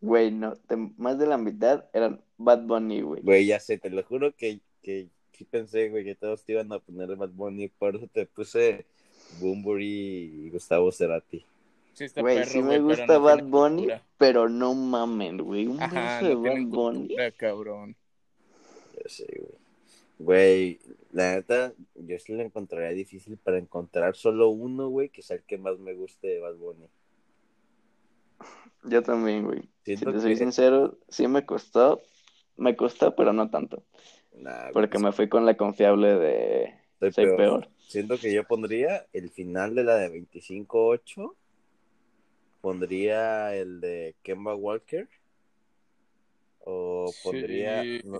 [SPEAKER 1] Güey, no, te- más de la mitad eran Bad Bunny, güey.
[SPEAKER 2] Güey, ya sé, te lo juro que, que sí pensé, güey, que todos te iban a poner el Bad Bunny. Por eso te puse Boombury y Gustavo Cerati.
[SPEAKER 3] Sí, está
[SPEAKER 1] Güey,
[SPEAKER 3] perro,
[SPEAKER 1] sí me
[SPEAKER 3] güey, pero
[SPEAKER 1] gusta
[SPEAKER 3] no
[SPEAKER 1] Bad
[SPEAKER 3] tiene
[SPEAKER 1] Bunny,
[SPEAKER 3] cultura.
[SPEAKER 1] pero no mamen, güey. Un
[SPEAKER 3] Ajá,
[SPEAKER 1] verso de
[SPEAKER 3] no tienen
[SPEAKER 1] Bad Bunny.
[SPEAKER 3] cultura, cabrón.
[SPEAKER 2] Ya sé, güey. Güey, la neta, yo sí lo encontraría difícil para encontrar solo uno, güey, que sea el que más me guste de Bad Bunny.
[SPEAKER 1] Yo también, güey. Si
[SPEAKER 2] Siento
[SPEAKER 1] te soy
[SPEAKER 2] que.
[SPEAKER 1] sincero, sí me costó. Me costó, pero no tanto.
[SPEAKER 2] Nah, güey,
[SPEAKER 1] Porque me fui con la confiable de
[SPEAKER 2] estoy
[SPEAKER 1] Soy
[SPEAKER 2] peor.
[SPEAKER 1] Peor.
[SPEAKER 2] Siento que yo pondría el final de la de 25-8. Pondría el de Kemba Walker. O pondría.
[SPEAKER 3] Sí.
[SPEAKER 2] No,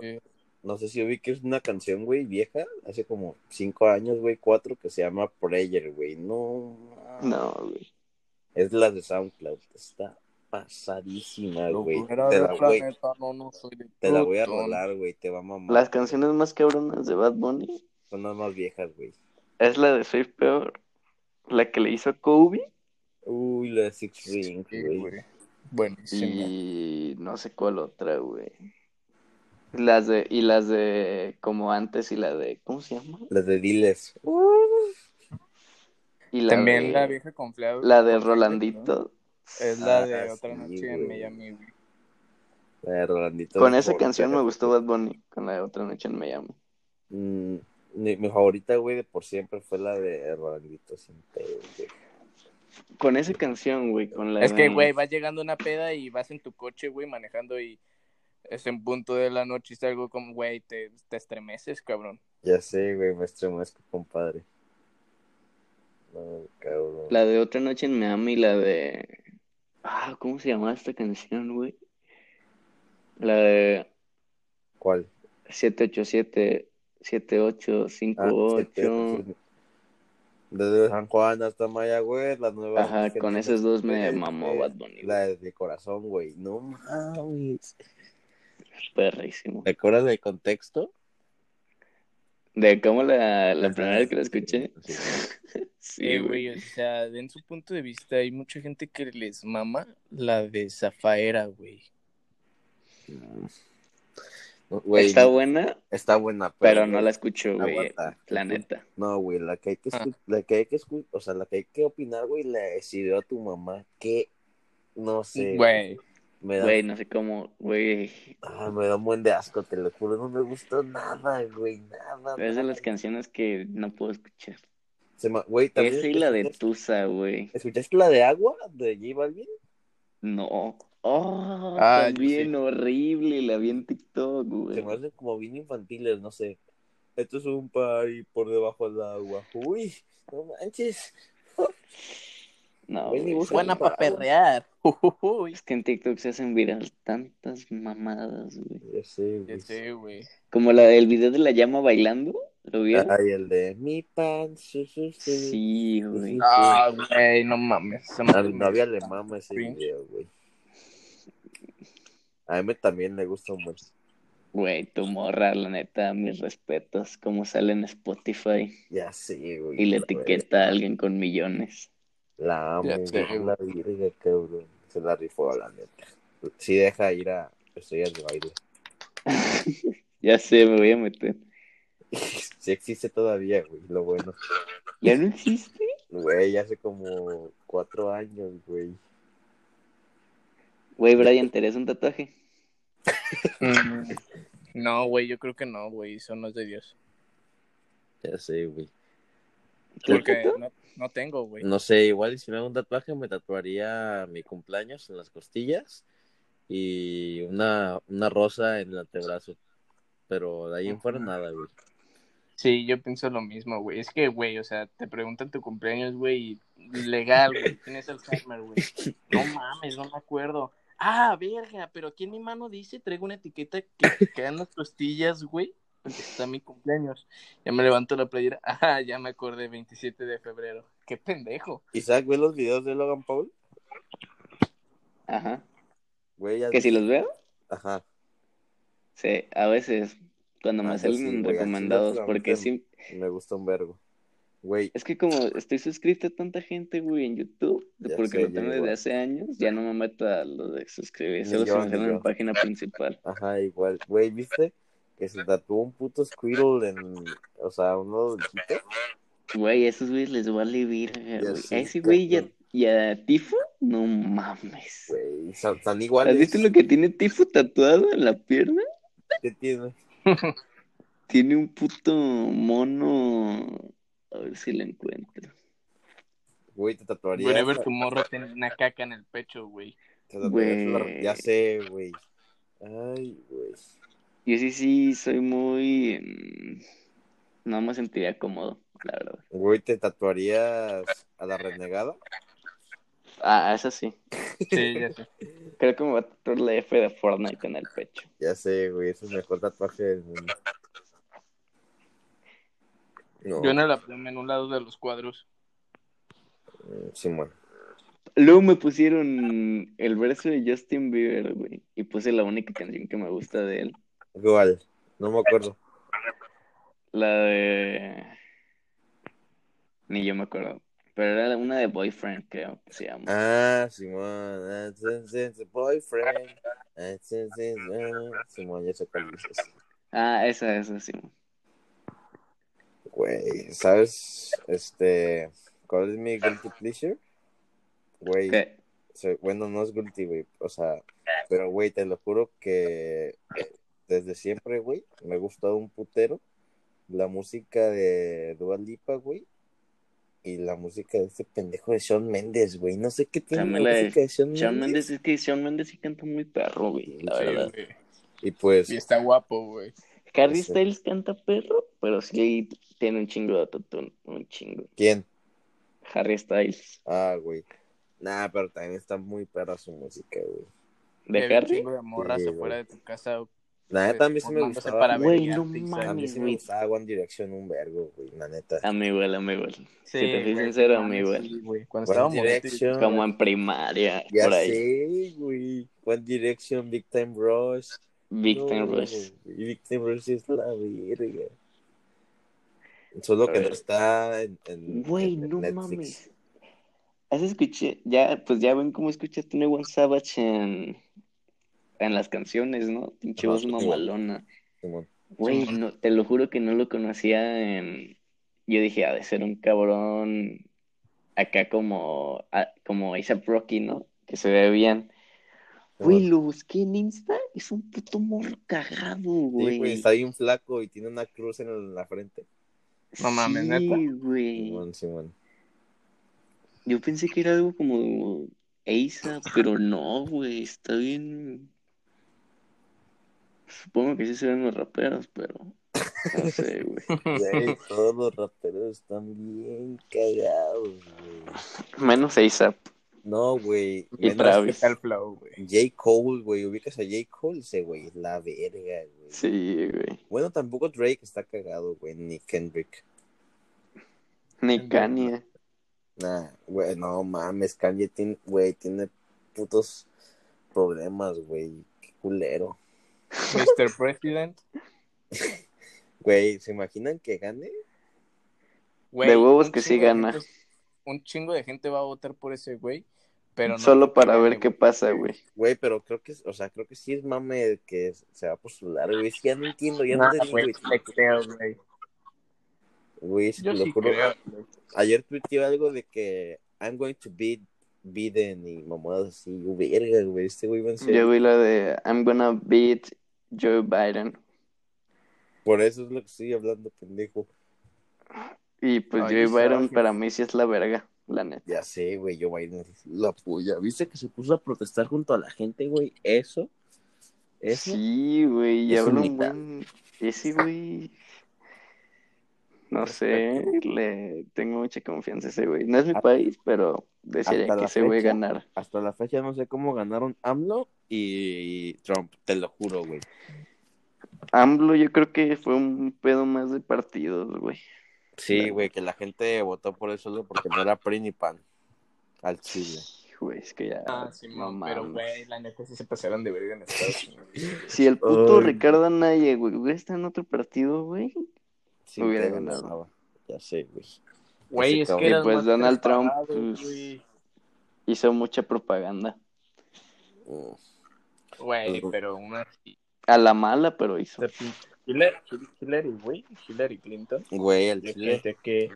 [SPEAKER 2] no sé si ubiques una canción, güey, vieja. Hace como 5 años, güey, 4, que se llama Prayer, güey. No.
[SPEAKER 3] Ah.
[SPEAKER 1] No, güey.
[SPEAKER 2] Es la de SoundCloud. Está pasadísima, güey.
[SPEAKER 3] Locura
[SPEAKER 2] Te
[SPEAKER 3] del
[SPEAKER 2] la, voy,
[SPEAKER 3] planeta, no, no soy de
[SPEAKER 2] te la voy a
[SPEAKER 3] Plutón.
[SPEAKER 2] rolar, güey. Te va a mamar.
[SPEAKER 1] Las canciones más cabronas de Bad Bunny
[SPEAKER 2] Son las más viejas, güey.
[SPEAKER 1] es la de Soy Peor, la que le hizo Kobe
[SPEAKER 2] Uy, la de Six
[SPEAKER 3] Sí,
[SPEAKER 2] Rings, güey.
[SPEAKER 3] güey. Buenísima.
[SPEAKER 1] y no sé cuál otra, güey. Las de, y las de como antes y la de, ¿cómo se llama?
[SPEAKER 2] La de Diles.
[SPEAKER 1] Y la
[SPEAKER 3] También
[SPEAKER 1] de-
[SPEAKER 3] la vieja confiable.
[SPEAKER 1] La de Rolandito.
[SPEAKER 3] Es la
[SPEAKER 2] Ah,
[SPEAKER 3] de
[SPEAKER 2] sí,
[SPEAKER 3] Otra Noche
[SPEAKER 2] güey.
[SPEAKER 3] en Miami, güey.
[SPEAKER 2] La de Rolandito.
[SPEAKER 1] Con
[SPEAKER 2] de
[SPEAKER 1] esa
[SPEAKER 2] Porter.
[SPEAKER 1] canción me gustó Bad Bunny, con la de Otra Noche en Miami.
[SPEAKER 2] Mm, mi, mi favorita, güey, de por siempre fue la de Rolandito sin pedo, güey.
[SPEAKER 1] Con esa canción, güey, con la
[SPEAKER 3] Es que,
[SPEAKER 1] de-
[SPEAKER 3] güey, vas llegando a una peda y vas en tu coche, güey, manejando y es en punto de la noche y es algo como, güey, te, te estremeces, cabrón.
[SPEAKER 2] Ya sé, güey, me estremezco, compadre. No, cabrón.
[SPEAKER 1] La de Otra Noche en Miami, la de... Ah, ¿cómo se llamaba esta canción, güey? La de
[SPEAKER 2] ¿Cuál?
[SPEAKER 1] 787,
[SPEAKER 2] Ah,
[SPEAKER 1] 7858...
[SPEAKER 2] siete- Desde San Juan hasta Mayagüez, las nuevas.
[SPEAKER 1] Ajá, con esos dos me mamó Bad Bunny, güey.
[SPEAKER 2] La de, de corazón, güey. No mames.
[SPEAKER 1] Perrísimo.
[SPEAKER 2] ¿Te acuerdas del contexto?
[SPEAKER 1] De cómo la, la
[SPEAKER 2] Ajá,
[SPEAKER 1] primera vez que la
[SPEAKER 2] sí,
[SPEAKER 1] escuché.
[SPEAKER 2] sí.
[SPEAKER 1] <laughs> Sí,
[SPEAKER 3] Sí,
[SPEAKER 1] güey.
[SPEAKER 3] Eh, güey, o sea, en su punto de vista, hay mucha gente que les mama la de Zafaera, güey.
[SPEAKER 2] No, Güey,
[SPEAKER 1] Está buena,
[SPEAKER 2] está buena,
[SPEAKER 1] pero no la escucho, güey.
[SPEAKER 2] aguanta.
[SPEAKER 1] La neta.
[SPEAKER 2] No, güey, la que hay que,
[SPEAKER 3] Ah.
[SPEAKER 2] escu- la que hay que escu- o sea, la que hay que opinar, güey, la decidió a tu mamá que no sé,
[SPEAKER 3] Güey,
[SPEAKER 2] me da,
[SPEAKER 1] Güey, no sé cómo, güey.
[SPEAKER 2] ah, me da un buen de asco, te lo juro, no me gustó nada, güey, nada.
[SPEAKER 1] Es de
[SPEAKER 2] nada.
[SPEAKER 1] las canciones que no puedo escuchar.
[SPEAKER 2] Se ma- güey, también
[SPEAKER 1] Esa y la de
[SPEAKER 2] escuchaste-
[SPEAKER 1] Tusa, güey.
[SPEAKER 2] ¿Escuchaste la de agua de J Balvin?
[SPEAKER 1] No. Oh,
[SPEAKER 3] Ah, yo
[SPEAKER 1] también
[SPEAKER 3] sí.
[SPEAKER 1] horrible. La vi en TikTok,
[SPEAKER 2] Se
[SPEAKER 1] güey.
[SPEAKER 2] me hacen como bien infantiles, no sé. Esto es un party por debajo del agua. Uy, no manches.
[SPEAKER 1] No,
[SPEAKER 2] Güey, ni
[SPEAKER 1] güey,
[SPEAKER 2] busca-
[SPEAKER 1] esa-
[SPEAKER 3] buena para perrear. <laughs> Uy,
[SPEAKER 1] Es que en TikTok se hacen viral tantas mamadas, güey.
[SPEAKER 2] Ya sé,
[SPEAKER 3] ya
[SPEAKER 2] güey.
[SPEAKER 3] sé, güey.
[SPEAKER 1] Como la del video de la llama bailando. ¿Lo vieron?
[SPEAKER 2] Ay, el de mi pan, sí, sí, sí.
[SPEAKER 1] Sí, güey.
[SPEAKER 3] Ah, güey, no mames. esa
[SPEAKER 2] A
[SPEAKER 3] madre
[SPEAKER 2] mi
[SPEAKER 3] me-
[SPEAKER 2] novia le mama ese
[SPEAKER 3] Cringe.
[SPEAKER 2] video, güey. A mí también le gusta mucho.
[SPEAKER 1] Güey, tu morra, la neta, mis respetos. Como sale en Spotify
[SPEAKER 2] Ya sí, güey.
[SPEAKER 1] y le
[SPEAKER 2] la
[SPEAKER 1] etiqueta a alguien con millones.
[SPEAKER 2] verga. La amo,
[SPEAKER 3] Ya
[SPEAKER 2] güey.
[SPEAKER 3] sé,
[SPEAKER 2] La virga, cabrón. Se la rifó, la neta. Sí, deja ir a estudiar de baile.
[SPEAKER 1] Ya sé, me voy a meter.
[SPEAKER 2] Sí existe todavía, güey. Lo bueno.
[SPEAKER 1] ¿Ya no existe?
[SPEAKER 2] Güey, hace como cuatro años, güey.
[SPEAKER 1] Güey, Brian, ¿te harías un tatuaje?
[SPEAKER 3] Mm, No, güey, yo creo que no, güey. Eso no es de Dios.
[SPEAKER 2] Ya sé, güey.
[SPEAKER 1] ¿Tú,
[SPEAKER 3] Porque
[SPEAKER 1] tú?
[SPEAKER 3] no, no tengo, güey.
[SPEAKER 2] No sé, igual y si me hago un tatuaje me tatuaría mi cumpleaños en las costillas y una, una rosa en el antebrazo. Pero de ahí en fuera nada, güey.
[SPEAKER 3] Sí, yo pienso lo mismo, güey. Es que, güey, o sea, te preguntan tu cumpleaños, güey, y legal, güey. Tienes Alzheimer, güey. No mames, no me acuerdo. Ah, verga, pero aquí en mi mano dice, traigo una etiqueta que quedan las costillas, güey. Está mi cumpleaños. Ya me levanto la playera. Ah, ya me acordé, 27 de febrero. Qué pendejo.
[SPEAKER 2] Isaac, ¿ves los videos de Logan Paul?
[SPEAKER 1] Ajá.
[SPEAKER 2] Güey, ya-
[SPEAKER 1] ¿Que si los veo?
[SPEAKER 2] Ajá.
[SPEAKER 1] Sí, a veces cuando me
[SPEAKER 2] Ah,
[SPEAKER 1] salen
[SPEAKER 2] sí, güey,
[SPEAKER 1] en
[SPEAKER 2] así
[SPEAKER 1] recomendados,
[SPEAKER 2] los
[SPEAKER 1] porque
[SPEAKER 2] anuncian.
[SPEAKER 1] sí,
[SPEAKER 2] Me gusta un vergo. Güey,
[SPEAKER 1] es que como estoy suscrito a tanta gente, güey, en YouTube,
[SPEAKER 2] Ya
[SPEAKER 1] porque
[SPEAKER 2] sé,
[SPEAKER 1] lo
[SPEAKER 2] yo
[SPEAKER 1] tengo desde
[SPEAKER 2] igual.
[SPEAKER 1] hace años, ya no me meto a lo de suscribir,
[SPEAKER 2] Ni
[SPEAKER 1] solo se
[SPEAKER 2] yo,
[SPEAKER 1] me
[SPEAKER 2] ni
[SPEAKER 1] sale en la
[SPEAKER 2] yo.
[SPEAKER 1] página principal.
[SPEAKER 2] ajá, igual. Güey, ¿viste? Que se tatuó un puto Squirtle en. O sea, uno chiquito.
[SPEAKER 1] Güey, a esos güeyes les vale virga,
[SPEAKER 2] Ya
[SPEAKER 1] güey.
[SPEAKER 2] sé,
[SPEAKER 1] a ese güey y a,
[SPEAKER 2] cabrón.
[SPEAKER 1] y a Tifo, no mames.
[SPEAKER 2] Güey, son, son
[SPEAKER 1] ¿Has
[SPEAKER 2] iguales.
[SPEAKER 1] visto lo que tiene Tifo tatuado en la pierna?
[SPEAKER 2] ¿Qué tiene?
[SPEAKER 1] Tiene un puto mono. A ver si lo encuentro.
[SPEAKER 2] Güey, te tatuaría.
[SPEAKER 3] Wherever tu morro tiene una caca en el pecho, güey.
[SPEAKER 2] Te tatuarías
[SPEAKER 1] Güey.
[SPEAKER 2] la- Ya sé, güey. Ay, güey.
[SPEAKER 1] Yo sí, sí, soy muy. mm, No me sentiría cómodo, la verdad.
[SPEAKER 2] Güey, ¿te tatuarías a la renegada?
[SPEAKER 1] Ah, eso sí.
[SPEAKER 3] Sí, ya sé.
[SPEAKER 1] Creo que me va a tatuar la F de Fortnite en el pecho.
[SPEAKER 2] Ya sé, güey, es el mejor tatuaje del mundo. No,
[SPEAKER 3] Yo en el abdomen, en un lado de los cuadros.
[SPEAKER 2] mm, Simón.
[SPEAKER 1] Luego me pusieron el verso de Justin Bieber, güey. Y puse la única canción que me gusta de él.
[SPEAKER 2] Igual, no me acuerdo.
[SPEAKER 1] La de. Ni yo me acuerdo. Pero era una de Boyfriend, creo que se llama.
[SPEAKER 2] Ah, Simón. ah, sin- sin- sin Boyfriend. ah, sin- sin- ah, Simón, ya sé cuál dices.
[SPEAKER 1] Ah, esa, esa, sí.
[SPEAKER 2] Güey, ¿sabes? Este. ¿Cuál es mi guilty pleasure? Güey.
[SPEAKER 1] Que-
[SPEAKER 2] se- bueno, no es guilty, güey, o sea, pero, güey, te lo juro que eh, desde siempre, güey, me gustó un putero la música de Dua Lipa, güey, y la música de este pendejo de Shawn Mendes, güey, no sé qué tiene la
[SPEAKER 1] También la de
[SPEAKER 2] música de Shawn,
[SPEAKER 1] Shawn
[SPEAKER 2] Mendes.
[SPEAKER 1] Mendes, es que Shawn Mendes sí canta muy perro, güey, la
[SPEAKER 2] Mm, Sí,
[SPEAKER 1] verdad.
[SPEAKER 3] güey.
[SPEAKER 2] Y pues,
[SPEAKER 3] Y está guapo, güey.
[SPEAKER 1] Harry
[SPEAKER 2] Sí.
[SPEAKER 1] Styles canta perro, pero sí tiene un chingo de tatu, un chingo.
[SPEAKER 2] ¿quién?
[SPEAKER 1] Harry Styles.
[SPEAKER 2] Ah, güey. Nah, pero también está muy perra su música, güey.
[SPEAKER 1] ¿De
[SPEAKER 3] Había un
[SPEAKER 1] Harry?
[SPEAKER 3] chingo de morras
[SPEAKER 2] Sí,
[SPEAKER 3] afuera de tu casa
[SPEAKER 2] La neta, a mí sí me
[SPEAKER 3] formándose
[SPEAKER 2] gustaba.
[SPEAKER 3] para
[SPEAKER 1] Güey,
[SPEAKER 3] ver
[SPEAKER 1] no
[SPEAKER 3] Yankees,
[SPEAKER 2] A mí
[SPEAKER 1] mames.
[SPEAKER 2] sí me gustaba One Direction un vergo, güey, la neta.
[SPEAKER 1] A mi igual, a mi igual.
[SPEAKER 3] Sí,
[SPEAKER 1] Si te soy
[SPEAKER 3] güey,
[SPEAKER 1] sincero,
[SPEAKER 3] mames,
[SPEAKER 1] a mí, güey.
[SPEAKER 3] sí, güey. Cuando
[SPEAKER 2] One
[SPEAKER 3] estaba morrito, yo-
[SPEAKER 2] Direction.
[SPEAKER 1] Como en primaria,
[SPEAKER 2] Ya
[SPEAKER 1] por ahí.
[SPEAKER 2] sé, güey. One Direction, Big Time Rush.
[SPEAKER 1] Big
[SPEAKER 2] No,
[SPEAKER 1] Time Rush.
[SPEAKER 2] güey, Big Time Rush es la verga. Solo
[SPEAKER 1] A
[SPEAKER 2] que no
[SPEAKER 1] ver.
[SPEAKER 2] está en, en-
[SPEAKER 1] Güey,
[SPEAKER 2] en- en
[SPEAKER 1] no
[SPEAKER 2] Netflix.
[SPEAKER 1] mames. ¿Has escuché? Ya, pues ya ven cómo escucha Tony One Savage en, en las canciones, ¿no? Pinche
[SPEAKER 2] Ajá,
[SPEAKER 1] voz
[SPEAKER 2] sí, güey.
[SPEAKER 1] mamalona.
[SPEAKER 2] Simón.
[SPEAKER 1] Güey,
[SPEAKER 3] Sí.
[SPEAKER 1] no, te lo juro que no lo conocía en... Yo dije, ha de ser un cabrón acá como, a- como A$AP Rocky, ¿no? Que se ve bien. Güey,
[SPEAKER 2] Simón.
[SPEAKER 1] lo busqué en Insta, es un puto morro cagado,
[SPEAKER 2] Sí,
[SPEAKER 1] güey.
[SPEAKER 2] güey, está bien flaco y tiene una cruz en, el- la frente.
[SPEAKER 3] No mames,
[SPEAKER 1] Sí,
[SPEAKER 3] ¿neta?
[SPEAKER 1] güey.
[SPEAKER 2] Simón, Simón.
[SPEAKER 1] Yo pensé que era algo como A$AP, pero no, güey, está bien... Supongo que sí se ven los raperos, pero... No sé, güey.
[SPEAKER 2] Güey, todos los raperos están bien cagados, güey.
[SPEAKER 1] Menos A$AP.
[SPEAKER 2] No, güey.
[SPEAKER 1] Y
[SPEAKER 2] menos
[SPEAKER 1] Travis.
[SPEAKER 3] Está el flow, güey.
[SPEAKER 2] J. Cole, güey. Ubicas a J. Cole, ese güey. es La verga, güey.
[SPEAKER 1] Sí, güey.
[SPEAKER 2] Bueno, tampoco Drake está cagado, güey. Ni Kendrick.
[SPEAKER 1] Ni Kanye.
[SPEAKER 2] Nah, güey, no mames. Kanye tiene, güey, tiene putos problemas, güey. Qué culero.
[SPEAKER 3] Mr. President.
[SPEAKER 2] Güey, ¿se imaginan que gane?
[SPEAKER 3] Güey,
[SPEAKER 1] De huevos
[SPEAKER 3] un
[SPEAKER 1] que sí
[SPEAKER 3] chingo de
[SPEAKER 1] gana.
[SPEAKER 3] gente- un chingo de gente va a votar por ese güey, pero no
[SPEAKER 1] Solo
[SPEAKER 3] porque
[SPEAKER 1] para ver
[SPEAKER 3] gane,
[SPEAKER 1] qué
[SPEAKER 3] güey.
[SPEAKER 1] pasa, güey.
[SPEAKER 2] Güey, pero creo que, o sea, creo que sí es mame el que se va a postular, güey. Es que ya no entiendo, ya no
[SPEAKER 3] Nah,
[SPEAKER 2] te digo,
[SPEAKER 3] güey,
[SPEAKER 2] güey.
[SPEAKER 3] te creo, güey.
[SPEAKER 2] Güey, es que
[SPEAKER 3] Yo
[SPEAKER 2] lo
[SPEAKER 3] sí
[SPEAKER 2] juro.
[SPEAKER 3] creo, güey.
[SPEAKER 2] Ayer tuiteé algo de que I'm going to beat Biden y mamadas así. Yo, verga, güey, este güey va en serio.
[SPEAKER 1] Yo vi la de I'm gonna beat Joe Biden.
[SPEAKER 2] Por eso es lo que estoy hablando, pendejo.
[SPEAKER 1] Y pues
[SPEAKER 3] Ay,
[SPEAKER 1] Joe Biden
[SPEAKER 3] gracias.
[SPEAKER 1] para mí sí es la verga, la neta.
[SPEAKER 2] Ya sé, güey, yo Biden es la polla. ¿Viste que se puso a protestar junto a la gente, güey? Eso, eso.
[SPEAKER 1] Sí, güey, y
[SPEAKER 2] Es
[SPEAKER 1] habla un
[SPEAKER 2] humildad.
[SPEAKER 1] buen... Ese güey... No sé, le tengo mucha confianza a ese güey. No es mi
[SPEAKER 2] Hasta-
[SPEAKER 1] país, pero desearía
[SPEAKER 2] hasta
[SPEAKER 1] que
[SPEAKER 2] la
[SPEAKER 1] ese güey
[SPEAKER 2] fecha.
[SPEAKER 1] ganara.
[SPEAKER 2] Hasta la fecha no sé cómo ganaron AMLO y Trump, te lo juro, güey.
[SPEAKER 1] AMLO yo creo que fue un pedo más de partidos, güey.
[SPEAKER 2] Sí,
[SPEAKER 1] Claro.
[SPEAKER 2] güey, que la gente votó por eso solo porque no era PRI ni PAN. Al chile.
[SPEAKER 1] Güey, es que ya...
[SPEAKER 3] Ah, sí,
[SPEAKER 1] no
[SPEAKER 3] no, pero
[SPEAKER 1] mames.
[SPEAKER 3] güey, la neta sí se pasaron de verga en
[SPEAKER 2] <laughs>
[SPEAKER 3] Estados Unidos.
[SPEAKER 1] Si el puto
[SPEAKER 2] Ay,
[SPEAKER 1] Ricardo Anaya, güey, hubiera estado en otro partido, güey.
[SPEAKER 2] Sí,
[SPEAKER 1] Hubiera
[SPEAKER 2] te
[SPEAKER 1] ganado.
[SPEAKER 2] ganaba. Ya sé, güey.
[SPEAKER 3] Güey, es
[SPEAKER 2] cabrón.
[SPEAKER 3] que eran
[SPEAKER 1] Y, pues,
[SPEAKER 3] más
[SPEAKER 1] Donald Trump,
[SPEAKER 3] preparados,
[SPEAKER 1] pues,
[SPEAKER 3] güey.
[SPEAKER 1] Hizo mucha propaganda.
[SPEAKER 2] Mm.
[SPEAKER 3] Güey,
[SPEAKER 2] pues,
[SPEAKER 3] pero una
[SPEAKER 1] A la mala, pero hizo.
[SPEAKER 3] Hillary, Hillary, güey, Hillary Clinton.
[SPEAKER 2] Güey, al
[SPEAKER 3] Yo
[SPEAKER 2] chile
[SPEAKER 3] pensé que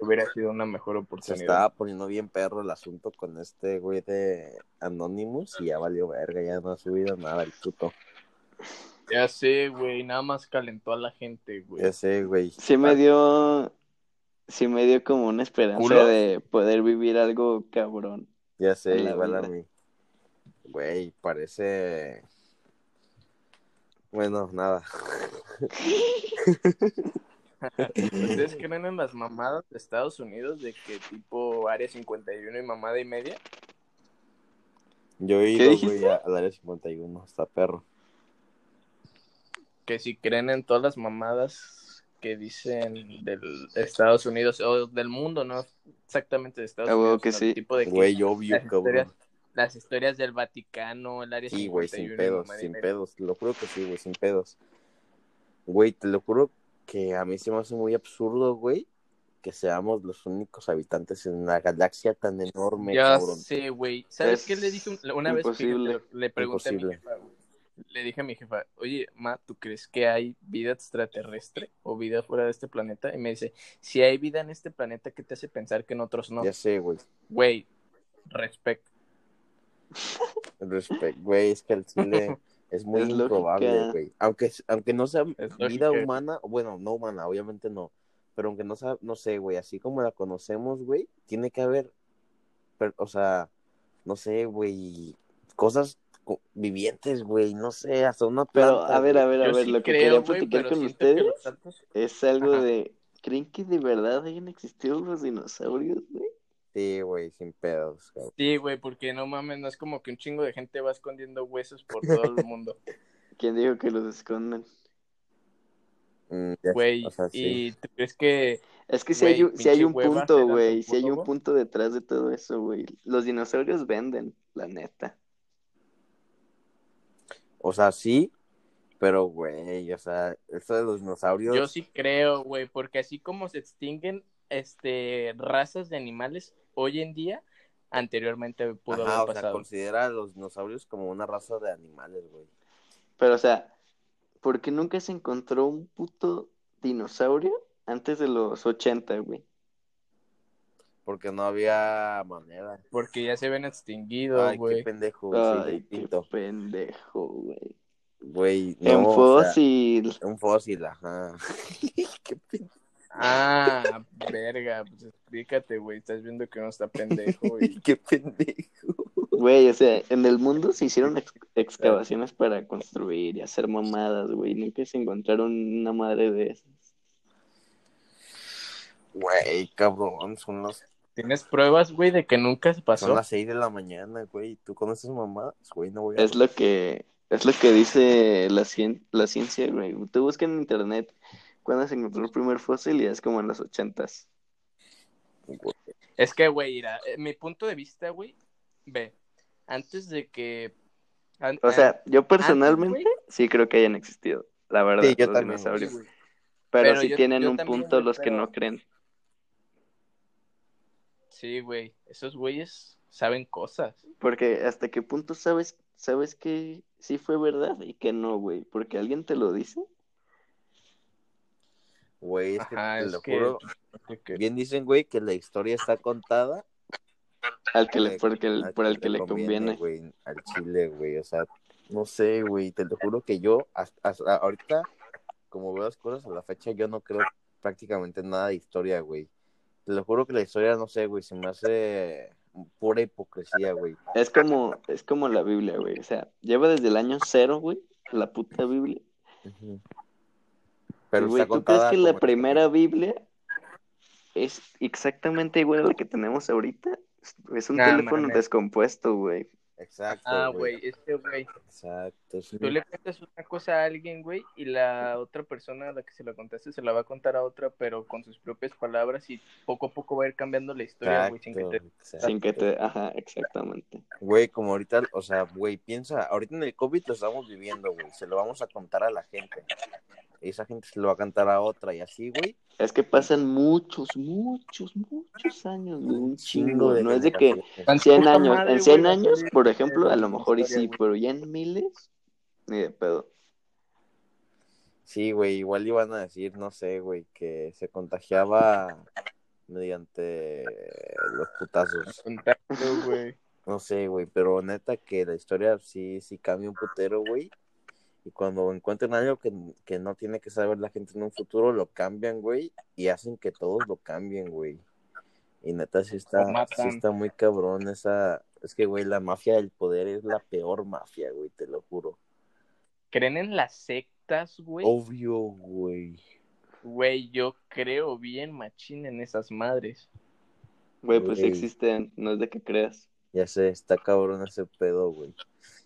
[SPEAKER 3] hubiera sido una mejor
[SPEAKER 2] se
[SPEAKER 3] oportunidad.
[SPEAKER 2] estaba poniendo bien perro el asunto con este güey de Anonymous y ya valió verga, ya no ha subido nada el puto.
[SPEAKER 3] Ya sé, güey, nada más calentó a la gente, güey.
[SPEAKER 2] Ya sé, güey.
[SPEAKER 1] Sí me dio, sí me dio como una esperanza
[SPEAKER 3] ¿Culo?
[SPEAKER 1] de poder vivir algo cabrón.
[SPEAKER 2] Ya sé,
[SPEAKER 1] en la
[SPEAKER 2] igual a
[SPEAKER 1] vida.
[SPEAKER 2] mí. Güey, parece. Bueno, nada.
[SPEAKER 3] ¿Ustedes creen en las mamadas de Estados Unidos de que tipo área 51 y mamada y media?
[SPEAKER 2] Yo he
[SPEAKER 1] ¿Qué
[SPEAKER 2] ido,
[SPEAKER 1] dijiste?
[SPEAKER 2] güey, a- al área 51, está perro.
[SPEAKER 3] Que si creen en todas las mamadas que dicen del Estados Unidos o del mundo, no exactamente de Estados
[SPEAKER 1] Ah, huevo
[SPEAKER 3] Unidos,
[SPEAKER 1] que
[SPEAKER 3] sino
[SPEAKER 1] sí.
[SPEAKER 3] tipo de que
[SPEAKER 2] Güey, obvio,
[SPEAKER 3] las historias,
[SPEAKER 2] cabrón.
[SPEAKER 3] las historias del Vaticano, el área 51
[SPEAKER 2] Sí, güey, sin
[SPEAKER 3] y
[SPEAKER 2] pedos,
[SPEAKER 3] mamada y
[SPEAKER 2] sin
[SPEAKER 3] media.
[SPEAKER 2] pedos, te lo juro que sí, güey, sin pedos. Güey, te lo juro que a mí se me hace muy absurdo, güey, que seamos los únicos habitantes en una galaxia tan enorme,
[SPEAKER 3] Ya
[SPEAKER 2] cabrón.
[SPEAKER 3] sé, güey. ¿Sabes
[SPEAKER 1] Es
[SPEAKER 3] qué le dije un- una vez?
[SPEAKER 1] imposible.
[SPEAKER 3] Fíjate, le pregunté a mi
[SPEAKER 2] Imposible.
[SPEAKER 3] jefa, güey. Le dije a mi jefa, oye, ma, ¿tú crees que hay vida extraterrestre o vida fuera de este planeta? Y me dice, si hay vida en este planeta, ¿qué te hace pensar que en otros no?
[SPEAKER 2] Ya sé, güey.
[SPEAKER 3] Güey, respecto.
[SPEAKER 2] Respect, güey, es que el
[SPEAKER 3] <laughs>
[SPEAKER 2] chile es muy
[SPEAKER 1] Es lógica.
[SPEAKER 2] improbable, güey. Aunque, aunque no sea
[SPEAKER 3] Es
[SPEAKER 2] vida
[SPEAKER 3] lógica.
[SPEAKER 2] humana, bueno, no humana, obviamente no. Pero aunque no sea, no sé, güey, así como la conocemos, güey, tiene que haber, per- o sea, no sé, güey, cosas co- vivientes, güey, no sé, hasta una
[SPEAKER 1] Pero
[SPEAKER 2] planta,
[SPEAKER 1] a ver,
[SPEAKER 2] güey.
[SPEAKER 1] a ver, a
[SPEAKER 3] Yo
[SPEAKER 1] ver,
[SPEAKER 3] sí
[SPEAKER 1] lo que
[SPEAKER 3] creo,
[SPEAKER 1] quería
[SPEAKER 3] güey,
[SPEAKER 1] platicar
[SPEAKER 3] pero
[SPEAKER 1] con
[SPEAKER 3] siento que
[SPEAKER 1] ustedes
[SPEAKER 3] los altos-
[SPEAKER 1] es algo
[SPEAKER 3] Ajá.
[SPEAKER 1] de, ¿creen que de verdad hayan existido los dinosaurios, güey?
[SPEAKER 2] Sí, güey, sin pedos, cabrón.
[SPEAKER 3] Sí, güey, porque no mames, no es como que un chingo de gente va escondiendo huesos por todo
[SPEAKER 2] <laughs>
[SPEAKER 3] el mundo.
[SPEAKER 1] ¿Quién dijo que los esconden?
[SPEAKER 2] Mm, ya-
[SPEAKER 3] Güey,
[SPEAKER 2] o sea, sí.
[SPEAKER 3] y ¿tú crees que
[SPEAKER 1] Es que si
[SPEAKER 3] Güey,
[SPEAKER 1] hay un, si hay
[SPEAKER 3] pinche
[SPEAKER 1] un
[SPEAKER 3] hueva
[SPEAKER 1] punto,
[SPEAKER 3] ser
[SPEAKER 1] güey, si hay un
[SPEAKER 3] antropólogo.
[SPEAKER 1] punto detrás de todo eso, güey. Los dinosaurios venden, la neta.
[SPEAKER 2] O sea, sí, pero, güey, o sea, eso de los dinosaurios.
[SPEAKER 3] Yo sí creo, güey, porque así como se extinguen este razas de animales hoy en día, anteriormente pudo
[SPEAKER 2] Ajá, o
[SPEAKER 3] haber
[SPEAKER 2] sea,
[SPEAKER 3] pasado.
[SPEAKER 2] considera a los dinosaurios como una raza de animales, güey.
[SPEAKER 1] Pero, o sea, ¿por qué nunca se encontró un puto dinosaurio antes de los 80, güey?
[SPEAKER 2] Porque no había manera.
[SPEAKER 3] porque ya se ven extinguidos,
[SPEAKER 2] Ay, qué
[SPEAKER 3] güey.
[SPEAKER 2] pendejo, güey. soy
[SPEAKER 1] Ay, qué
[SPEAKER 2] distinto.
[SPEAKER 1] pendejo, güey.
[SPEAKER 2] Güey,
[SPEAKER 1] en
[SPEAKER 2] no, o sea,
[SPEAKER 1] fósil.
[SPEAKER 2] un fósil, ajá. <laughs> qué pendejo.
[SPEAKER 3] Ah, verga, pues explícate, güey, estás viendo que uno está pendejo
[SPEAKER 2] <laughs>
[SPEAKER 3] y
[SPEAKER 2] qué pendejo.
[SPEAKER 1] Güey, o sea, en el mundo se hicieron ex- excavaciones para construir y hacer mamadas, güey. Nunca se encontraron una madre de esas.
[SPEAKER 2] Güey, cabrón, son los
[SPEAKER 3] ¿Tienes pruebas, güey, de que nunca se pasó?
[SPEAKER 2] Son las 6 de la mañana, güey. ¿Tú con esas mamadas? Güey, no voy a...
[SPEAKER 1] Es lo que, es lo que dice la, cien- la ciencia, güey. Tú buscas en internet cuándo se encontró el primer fósil y es como en los ochentas.
[SPEAKER 3] Es que, güey, mira, eh, mi punto de vista, güey, ve, antes de que... an-
[SPEAKER 1] O
[SPEAKER 3] an-
[SPEAKER 1] sea, yo
[SPEAKER 3] antes,
[SPEAKER 1] personalmente
[SPEAKER 3] Ah, pues, güey,
[SPEAKER 1] sí creo que hayan existido, la verdad,
[SPEAKER 2] Sí, yo
[SPEAKER 1] los
[SPEAKER 2] también,
[SPEAKER 1] dinosaurios.
[SPEAKER 3] güey.
[SPEAKER 1] Pero,
[SPEAKER 3] Pero
[SPEAKER 1] sí
[SPEAKER 3] yo-
[SPEAKER 1] tienen
[SPEAKER 3] yo
[SPEAKER 1] un
[SPEAKER 3] también,
[SPEAKER 1] punto
[SPEAKER 3] güey,
[SPEAKER 1] los que
[SPEAKER 3] pero-
[SPEAKER 1] no creen.
[SPEAKER 3] Sí, güey, esos güeyes saben cosas.
[SPEAKER 1] Porque hasta qué punto sabes, sabes que sí fue verdad y que no, güey. Porque alguien te lo dice.
[SPEAKER 2] Güey, es que
[SPEAKER 3] Ajá,
[SPEAKER 2] te
[SPEAKER 3] es
[SPEAKER 2] lo
[SPEAKER 3] que-
[SPEAKER 2] juro. Bien dicen, güey, que la historia está contada
[SPEAKER 1] Al que le,
[SPEAKER 2] Correcto,
[SPEAKER 1] porque el-
[SPEAKER 2] al
[SPEAKER 1] por el que le conviene.
[SPEAKER 2] güey, al chile, güey. O sea, no sé, güey. Te lo juro que yo, hasta, hasta ahorita, como veo las cosas a la fecha, yo no creo prácticamente nada de historia, güey. Te lo juro que la historia, no sé, güey, se me hace pura hipocresía, güey.
[SPEAKER 1] Es como, es como la Biblia, güey. O sea, lleva desde el año cero, güey, la puta Biblia.
[SPEAKER 2] Pero
[SPEAKER 1] Y, Pues, güey,
[SPEAKER 2] está
[SPEAKER 1] ¿tú crees
[SPEAKER 2] contada.
[SPEAKER 1] que la
[SPEAKER 2] como-
[SPEAKER 1] primera Biblia es exactamente igual a la que tenemos ahorita? Es un
[SPEAKER 3] Nah,
[SPEAKER 1] teléfono
[SPEAKER 3] mames.
[SPEAKER 1] descompuesto, güey.
[SPEAKER 2] Exacto.
[SPEAKER 3] Ah, güey, es que, güey,
[SPEAKER 2] Exacto. es
[SPEAKER 3] tú le cuentas una cosa a alguien, güey, y la otra persona a la que se la contaste se la va a contar a otra, pero con sus propias palabras y poco a poco va a ir cambiando la historia, güey, sin que te...
[SPEAKER 2] exacto, exacto.
[SPEAKER 1] Sin que te... Ajá, exactamente.
[SPEAKER 2] Güey, como ahorita, o sea, güey, piensa, ahorita en el COVID lo estamos viviendo, güey, se lo vamos a contar a la gente. Y esa gente se lo va a cantar a otra y así, güey.
[SPEAKER 1] Es que pasan muchos, muchos, muchos años, güey, un chingo. No es de que
[SPEAKER 2] generaciones.
[SPEAKER 1] en 100
[SPEAKER 3] Puta
[SPEAKER 1] años,
[SPEAKER 3] madre,
[SPEAKER 1] en
[SPEAKER 3] güey,
[SPEAKER 1] 100
[SPEAKER 3] va a
[SPEAKER 1] años,
[SPEAKER 3] salir
[SPEAKER 1] por ejemplo, a
[SPEAKER 3] esa
[SPEAKER 1] lo mejor y
[SPEAKER 3] historia,
[SPEAKER 1] sí,
[SPEAKER 3] güey.
[SPEAKER 1] pero ya en miles, ni de pedo.
[SPEAKER 2] Sí, güey, igual iban a decir, no sé, güey, que se contagiaba mediante los putazos.
[SPEAKER 3] Contacto, güey.
[SPEAKER 2] No sé, güey, pero neta que la historia sí, sí cambia un putero, güey. Y cuando encuentran algo que, que no tiene que saber la gente en un futuro, lo cambian, güey, y hacen que todos lo cambien, güey. Y neta sí
[SPEAKER 3] Lo
[SPEAKER 2] está, sí
[SPEAKER 3] matan.
[SPEAKER 2] está muy cabrón esa... Es que, güey, la mafia del poder es la peor mafia, güey, te lo juro.
[SPEAKER 3] ¿Creen en las sectas, güey?
[SPEAKER 2] Obvio, güey.
[SPEAKER 3] Güey, yo creo bien machín en esas madres.
[SPEAKER 1] Güey, pues sí
[SPEAKER 2] Güey.
[SPEAKER 1] existen, no es de que creas.
[SPEAKER 2] Ya sé, está cabrón ese pedo, güey.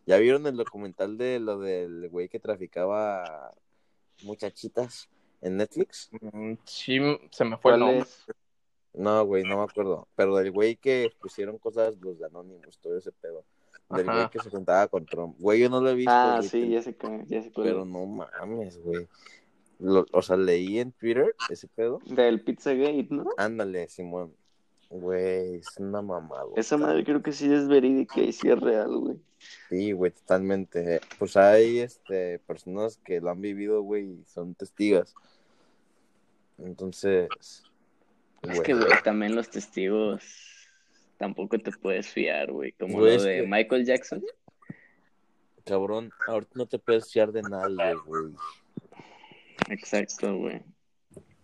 [SPEAKER 2] ¿Ya vieron el documental de lo del güey que traficaba muchachitas en Netflix?
[SPEAKER 3] Mm, Sí, se me fue
[SPEAKER 1] ¿Cuál
[SPEAKER 3] el nombre.
[SPEAKER 1] es?
[SPEAKER 2] No, güey, no me acuerdo. Pero del güey que pusieron cosas los de Anonymous, todo ese pedo. Del
[SPEAKER 3] Ajá.
[SPEAKER 2] güey que se juntaba con Trump. Güey, yo no lo he visto.
[SPEAKER 1] Ah,
[SPEAKER 2] güey,
[SPEAKER 1] sí,
[SPEAKER 2] te-
[SPEAKER 1] ya sé cuál, ya sé cuál
[SPEAKER 2] Pero no mames, güey. Lo- o sea, leí en Twitter ese pedo.
[SPEAKER 1] es. Del Pizzagate, ¿no?
[SPEAKER 2] Ándale, Simón. Güey, es una mamada.
[SPEAKER 1] Esa madre creo que sí es verídica y sí es real, güey.
[SPEAKER 2] Sí, güey, totalmente. Pues hay este, personas que lo han vivido, güey, y son testigas. Entonces.
[SPEAKER 1] Es que, güey, también los testigos tampoco te puedes fiar, güey. Como
[SPEAKER 2] Güey,
[SPEAKER 1] lo
[SPEAKER 2] es
[SPEAKER 1] de
[SPEAKER 2] que-
[SPEAKER 1] Michael Jackson.
[SPEAKER 2] Cabrón, ahorita no te puedes fiar de nadie, güey.
[SPEAKER 1] Exacto, güey.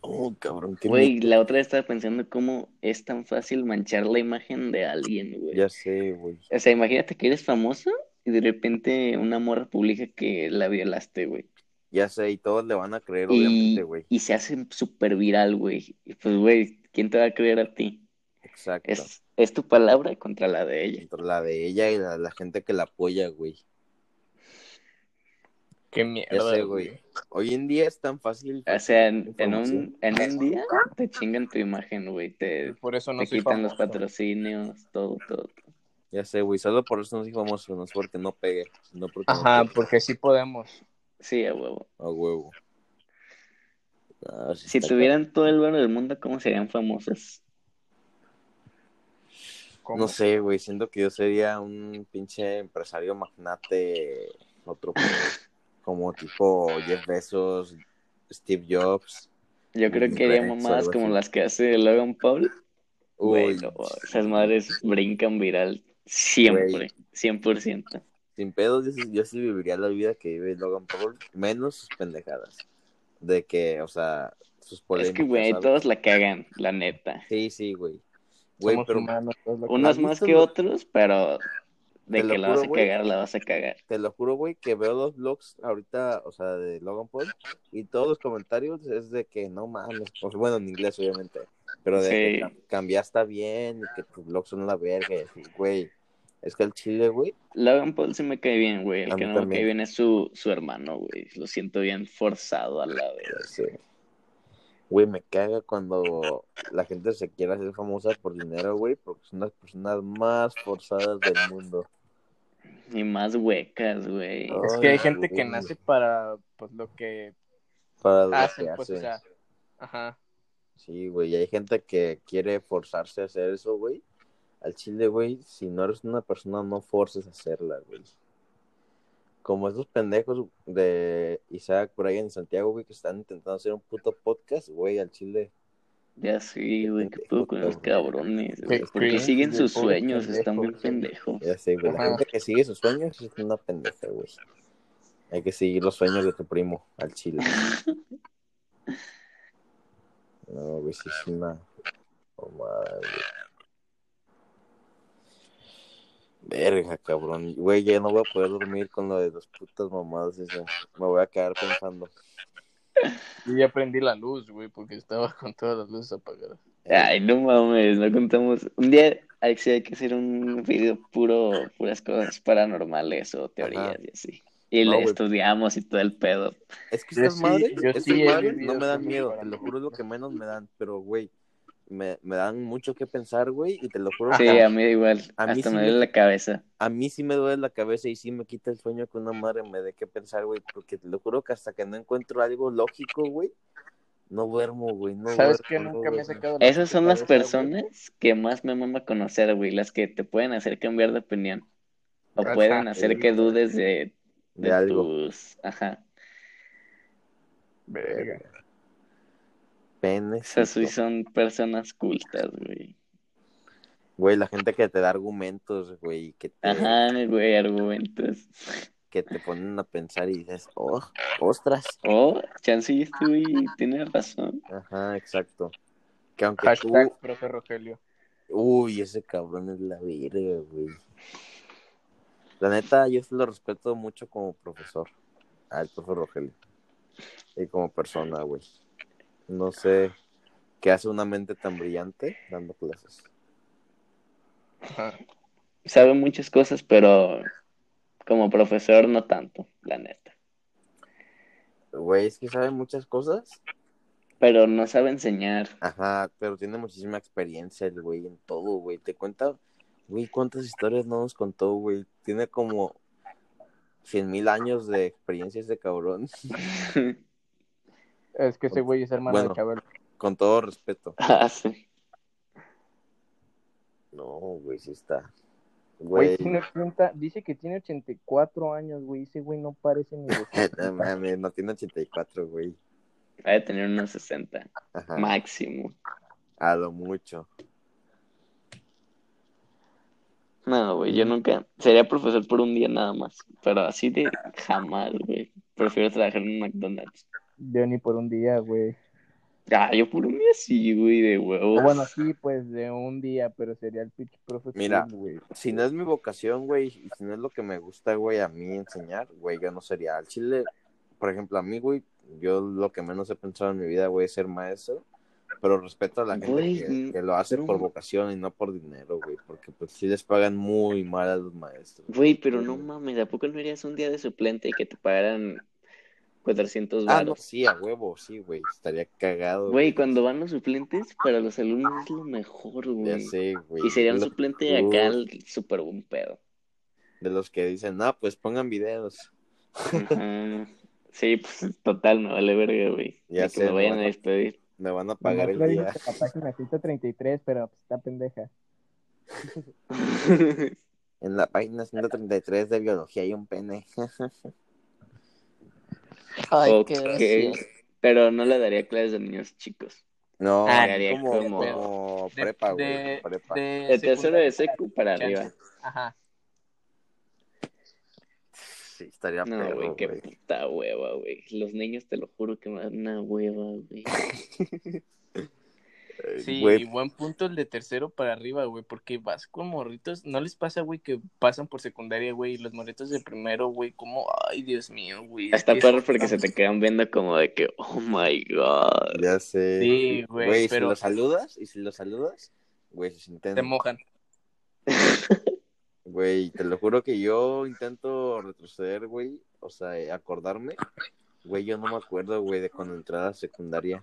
[SPEAKER 2] Oh, cabrón, qué
[SPEAKER 1] Güey, la otra vez estaba pensando cómo es tan fácil manchar la imagen de alguien, güey.
[SPEAKER 2] Ya sé, güey.
[SPEAKER 1] O sea, imagínate que eres famoso y de repente una morra publica que la violaste, güey.
[SPEAKER 2] Ya sé, y todos le van a creer,
[SPEAKER 1] Y,
[SPEAKER 2] obviamente, güey.
[SPEAKER 1] y se hace súper viral, güey. Y pues, güey, ¿quién te va a creer a ti?
[SPEAKER 2] Exacto.
[SPEAKER 1] Es, es tu palabra contra la de ella.
[SPEAKER 2] Entre la de ella y la, la gente que la apoya, güey.
[SPEAKER 3] Qué mierda,
[SPEAKER 2] Ya sé,
[SPEAKER 3] güey.
[SPEAKER 2] güey. Hoy en día es tan fácil.
[SPEAKER 1] O sea, en, en
[SPEAKER 2] información.
[SPEAKER 1] un, en un día te chingan tu imagen, güey. Te,
[SPEAKER 3] Eh, Por eso no
[SPEAKER 1] te
[SPEAKER 3] soy
[SPEAKER 1] quitan los
[SPEAKER 3] famoso.
[SPEAKER 1] patrocinios, todo, todo.
[SPEAKER 2] Ya sé, güey. Solo por eso nos famosos, no es porque no pegue. No porque no
[SPEAKER 3] Ajá,
[SPEAKER 2] pegue.
[SPEAKER 3] porque sí podemos.
[SPEAKER 1] Sí, a huevo.
[SPEAKER 2] A huevo. Ah, sí
[SPEAKER 1] Si
[SPEAKER 2] está
[SPEAKER 1] tuvieran todo el valor del mundo, ¿cómo serían famosos?
[SPEAKER 2] cabrón.
[SPEAKER 3] ¿Cómo?
[SPEAKER 2] No sé, güey. Siento que yo sería un pinche empresario magnate. Otro. como tipo Jeff Bezos, Steve Jobs.
[SPEAKER 1] Yo creo que haría
[SPEAKER 2] Rex,
[SPEAKER 1] mamadas
[SPEAKER 2] algo
[SPEAKER 1] como
[SPEAKER 2] así.
[SPEAKER 1] las que hace Logan Paul. Güey,
[SPEAKER 2] Uy,
[SPEAKER 1] no, esas madres brincan viral siempre,
[SPEAKER 2] Güey.
[SPEAKER 1] 100%.
[SPEAKER 2] Sin pedos, yo, sí- yo sí viviría la vida que vive Logan Paul, menos sus pendejadas. De que, o sea, sus
[SPEAKER 1] Es
[SPEAKER 2] polémicas.
[SPEAKER 1] que, güey,
[SPEAKER 2] ¿sabes?
[SPEAKER 1] todos la cagan, la neta.
[SPEAKER 2] Sí, sí, güey. Güey,
[SPEAKER 3] Somos
[SPEAKER 2] pero
[SPEAKER 3] humanos, es lo que-
[SPEAKER 1] Unos
[SPEAKER 2] ¿Has
[SPEAKER 1] más
[SPEAKER 2] visto
[SPEAKER 1] que
[SPEAKER 2] lo-
[SPEAKER 1] otros, pero de
[SPEAKER 2] Te lo
[SPEAKER 1] que la vas a
[SPEAKER 2] juro, güey.
[SPEAKER 1] cagar, la vas a cagar.
[SPEAKER 2] te lo juro, güey, que veo los vlogs ahorita, o sea, de Logan Paul, y todos los comentarios es de que no mames. pues, bueno, en inglés, obviamente. Pero de que
[SPEAKER 1] Sí.
[SPEAKER 2] cam- cambiaste bien, y que tus blogs son la verga, y así, güey. Es que el chile, güey,
[SPEAKER 1] Logan Paul sí me cae bien, güey. El
[SPEAKER 2] A
[SPEAKER 1] que
[SPEAKER 2] mí
[SPEAKER 1] no me
[SPEAKER 2] también.
[SPEAKER 1] cae bien es su, su hermano, güey. Lo siento bien forzado a la vez.
[SPEAKER 2] sí. Güey, me caga cuando la gente se quiere hacer famosa por dinero, güey, porque son las personas más forzadas del mundo.
[SPEAKER 1] Y más huecas, güey.
[SPEAKER 2] No.
[SPEAKER 3] Es que hay
[SPEAKER 2] Ay,
[SPEAKER 3] gente que
[SPEAKER 2] güey.
[SPEAKER 3] nace para pues, lo que
[SPEAKER 2] Para lo
[SPEAKER 3] hacen,
[SPEAKER 2] que
[SPEAKER 3] pues,
[SPEAKER 2] hacen.
[SPEAKER 3] o sea. Ajá.
[SPEAKER 2] Sí, güey, y hay gente que quiere forzarse a hacer eso, güey. Al chile, güey, si no eres una persona, no forces a hacerla, güey. Como esos pendejos de Isaac, Brian y Santiago, güey, que están intentando hacer un puto podcast, güey, al chile.
[SPEAKER 1] Ya sí, güey. ¿Qué puedo con los cabrones, güey?
[SPEAKER 3] Qué
[SPEAKER 1] Porque
[SPEAKER 3] cringe,
[SPEAKER 1] siguen
[SPEAKER 2] güey,
[SPEAKER 1] sus
[SPEAKER 2] pobre
[SPEAKER 1] sueños. Están bien
[SPEAKER 2] pendejo,
[SPEAKER 1] pendejos.
[SPEAKER 2] güey. Ya sé, güey, la
[SPEAKER 3] Ajá.
[SPEAKER 2] gente que sigue sus sueños es una pendeja, güey. Hay que seguir los sueños de tu primo, al chile. No, güey, sí es una... Oh, madre, güey. Verga, cabrón. Güey, ya no voy a poder dormir con lo de las putas mamadas eso. Me voy a quedar pensando.
[SPEAKER 3] Yo ya prendí la luz, güey, porque estaba <laughs> con todas las luces apagadas.
[SPEAKER 1] Ay, no mames. No contamos. Un día Axel, hay que hacer un video puro, puras cosas paranormales o teorías
[SPEAKER 2] Ajá.
[SPEAKER 1] y así. Y
[SPEAKER 2] No,
[SPEAKER 1] le
[SPEAKER 2] güey.
[SPEAKER 1] estudiamos y todo el pedo.
[SPEAKER 2] <laughs> Es que
[SPEAKER 3] Yo
[SPEAKER 2] estas
[SPEAKER 3] sí-
[SPEAKER 2] madres,
[SPEAKER 3] yo
[SPEAKER 2] estas
[SPEAKER 3] sí he
[SPEAKER 2] madres
[SPEAKER 3] vivido
[SPEAKER 2] no me dan
[SPEAKER 3] cosas
[SPEAKER 2] miedo, te lo
[SPEAKER 3] paranormales.
[SPEAKER 2] juro es lo que menos me dan, pero güey, me, me dan mucho que pensar, güey, y te lo juro
[SPEAKER 1] Sí,
[SPEAKER 2] que
[SPEAKER 1] a mí igual.
[SPEAKER 2] A mí
[SPEAKER 1] Hasta
[SPEAKER 2] sí
[SPEAKER 1] me
[SPEAKER 2] me-
[SPEAKER 1] duele la cabeza.
[SPEAKER 2] a mí sí me duele la cabeza y sí me quita el sueño que una madre me dé que pensar, güey, porque te lo juro que hasta que no encuentro algo lógico, güey, no duermo, güey, no
[SPEAKER 3] ¿Sabes
[SPEAKER 2] duermo,
[SPEAKER 3] qué?
[SPEAKER 2] no
[SPEAKER 3] Nunca me he
[SPEAKER 2] duermo.
[SPEAKER 3] sacado la
[SPEAKER 1] Esas son las
[SPEAKER 3] cabeza, güey.
[SPEAKER 1] personas que más me mama conocer, güey, las que te pueden hacer cambiar de opinión o
[SPEAKER 3] Ajá,
[SPEAKER 1] pueden hacer
[SPEAKER 2] sí.
[SPEAKER 1] que dudes de,
[SPEAKER 2] de
[SPEAKER 1] de
[SPEAKER 2] algo.
[SPEAKER 1] tus... Ajá.
[SPEAKER 3] Verga.
[SPEAKER 2] Penes.
[SPEAKER 1] Esas sí son personas cultas, güey.
[SPEAKER 2] Güey, la gente que te da argumentos, güey, que te,
[SPEAKER 1] Ajá, güey, argumentos.
[SPEAKER 2] que te ponen a pensar y dices, oh, ostras.
[SPEAKER 1] O, chance, y este güey tiene razón.
[SPEAKER 2] Ajá, exacto. Que aunque
[SPEAKER 3] Hashtag
[SPEAKER 2] tú,
[SPEAKER 3] profe Rogelio.
[SPEAKER 2] uy, ese cabrón es la verga, güey. La neta, yo se lo respeto mucho como profesor, al profe Rogelio, y como persona, güey. No sé qué hace una mente tan brillante dando clases.
[SPEAKER 3] Ajá.
[SPEAKER 1] Sabe muchas cosas, pero como profesor no tanto, la neta.
[SPEAKER 2] Güey, es que sabe muchas cosas,
[SPEAKER 1] Pero no sabe enseñar. <laughs>
[SPEAKER 2] Ajá, pero tiene muchísima experiencia el güey en todo, güey. Te cuenta, güey, cuántas historias no nos contó, güey. Tiene como cien mil años de experiencia ese cabrón. <laughs>
[SPEAKER 3] Es que ese güey es hermano
[SPEAKER 2] Bueno.
[SPEAKER 3] de Chabelo.
[SPEAKER 2] Con todo respeto.
[SPEAKER 1] ah, sí.
[SPEAKER 2] No, güey, sí está. Güey,
[SPEAKER 3] Güey, tiene 80 dice que tiene 84 años, güey. Ese güey no parece ni de
[SPEAKER 2] <laughs> no
[SPEAKER 3] 60.
[SPEAKER 2] mames, no tiene 84, güey.
[SPEAKER 1] Ha de tener unos 60,
[SPEAKER 2] Ajá,
[SPEAKER 1] máximo.
[SPEAKER 2] a lo mucho.
[SPEAKER 1] No, güey, yo nunca sería profesor por un día nada más, pero así de jamás, güey. Prefiero trabajar en un McDonald's.
[SPEAKER 3] Yo ni por un día, güey.
[SPEAKER 1] Ah, yo por un día sí, güey, de huevo.
[SPEAKER 3] O bueno, sí, pues de un día, pero sería el pitch profe.
[SPEAKER 2] Mira.
[SPEAKER 3] cool, güey.
[SPEAKER 2] Si no es mi vocación, güey, y si no es lo que me gusta, güey, a mí enseñar, güey, yo no sería al chile. Por ejemplo, a mí, güey, yo lo que menos he pensado en mi vida, güey, es ser maestro, pero respeto a la gente
[SPEAKER 1] Güey,
[SPEAKER 2] que, que lo hace
[SPEAKER 1] no.
[SPEAKER 2] por vocación y no por dinero, güey, porque pues sí les pagan muy mal a los maestros.
[SPEAKER 1] Güey, pero no mames, ¿a poco no irías un día de suplente y que te pagaran 400
[SPEAKER 2] Ah, no,
[SPEAKER 1] baros?
[SPEAKER 2] sí, a huevo, sí, güey, estaría cagado.
[SPEAKER 1] Güey, cuando van los suplentes, para los alumnos es lo mejor,
[SPEAKER 2] Ya
[SPEAKER 1] güey.
[SPEAKER 2] sé, güey.
[SPEAKER 1] Y sería un
[SPEAKER 2] Lo-
[SPEAKER 1] suplente acá el súper buen pedo.
[SPEAKER 2] De los que dicen, ah, pues pongan videos.
[SPEAKER 1] Ajá. Sí, pues total, me vale verga, güey.
[SPEAKER 2] Ya
[SPEAKER 1] Ni que
[SPEAKER 2] sé,
[SPEAKER 1] me vayan
[SPEAKER 2] no,
[SPEAKER 1] a
[SPEAKER 2] no.
[SPEAKER 1] despedir.
[SPEAKER 2] Me van a
[SPEAKER 3] Nomás
[SPEAKER 2] pagar
[SPEAKER 3] lo
[SPEAKER 2] el
[SPEAKER 3] dijo
[SPEAKER 2] día.
[SPEAKER 3] que la página 133, pero pues, está pendeja.
[SPEAKER 2] En la página 133 de biología hay un pene. <laughs> <laughs> Ay,
[SPEAKER 1] Ok, Pero no le daría clases a niños chicos.
[SPEAKER 2] No,
[SPEAKER 1] Ah,
[SPEAKER 2] es como,
[SPEAKER 1] como-
[SPEAKER 2] como prepa, güey.
[SPEAKER 3] De-
[SPEAKER 2] prepa.
[SPEAKER 3] de
[SPEAKER 1] El tercero de
[SPEAKER 2] pues,
[SPEAKER 3] secundaria.
[SPEAKER 1] secu para arriba.
[SPEAKER 3] Ajá.
[SPEAKER 2] Sí, estaría
[SPEAKER 1] No,
[SPEAKER 2] perro,
[SPEAKER 1] güey, qué
[SPEAKER 2] güey.
[SPEAKER 1] puta hueva,
[SPEAKER 2] <laughs>
[SPEAKER 1] güey. Los niños te lo juro que me dan una hueva, güey.
[SPEAKER 3] Sí,
[SPEAKER 2] Eh, güey.
[SPEAKER 3] y buen punto el de tercero para arriba, güey, porque vas con morritos, ¿no les pasa, güey, que pasan por secundaria, güey, y los morritos de primero, güey, como, ay, Dios mío, güey.
[SPEAKER 1] Está
[SPEAKER 3] es que-
[SPEAKER 1] perro porque se te quedan viendo como de que, oh my god.
[SPEAKER 2] Ya sé.
[SPEAKER 3] Sí, güey, pero- pues
[SPEAKER 2] si lo saludas, y si lo saludas, güey, se
[SPEAKER 3] Te
[SPEAKER 2] intentan.
[SPEAKER 3] mojan.
[SPEAKER 2] Güey, te lo juro que yo intento retroceder, güey, o sea, eh, acordarme. Güey, yo no me acuerdo, güey, de cuando entré a la secundaria.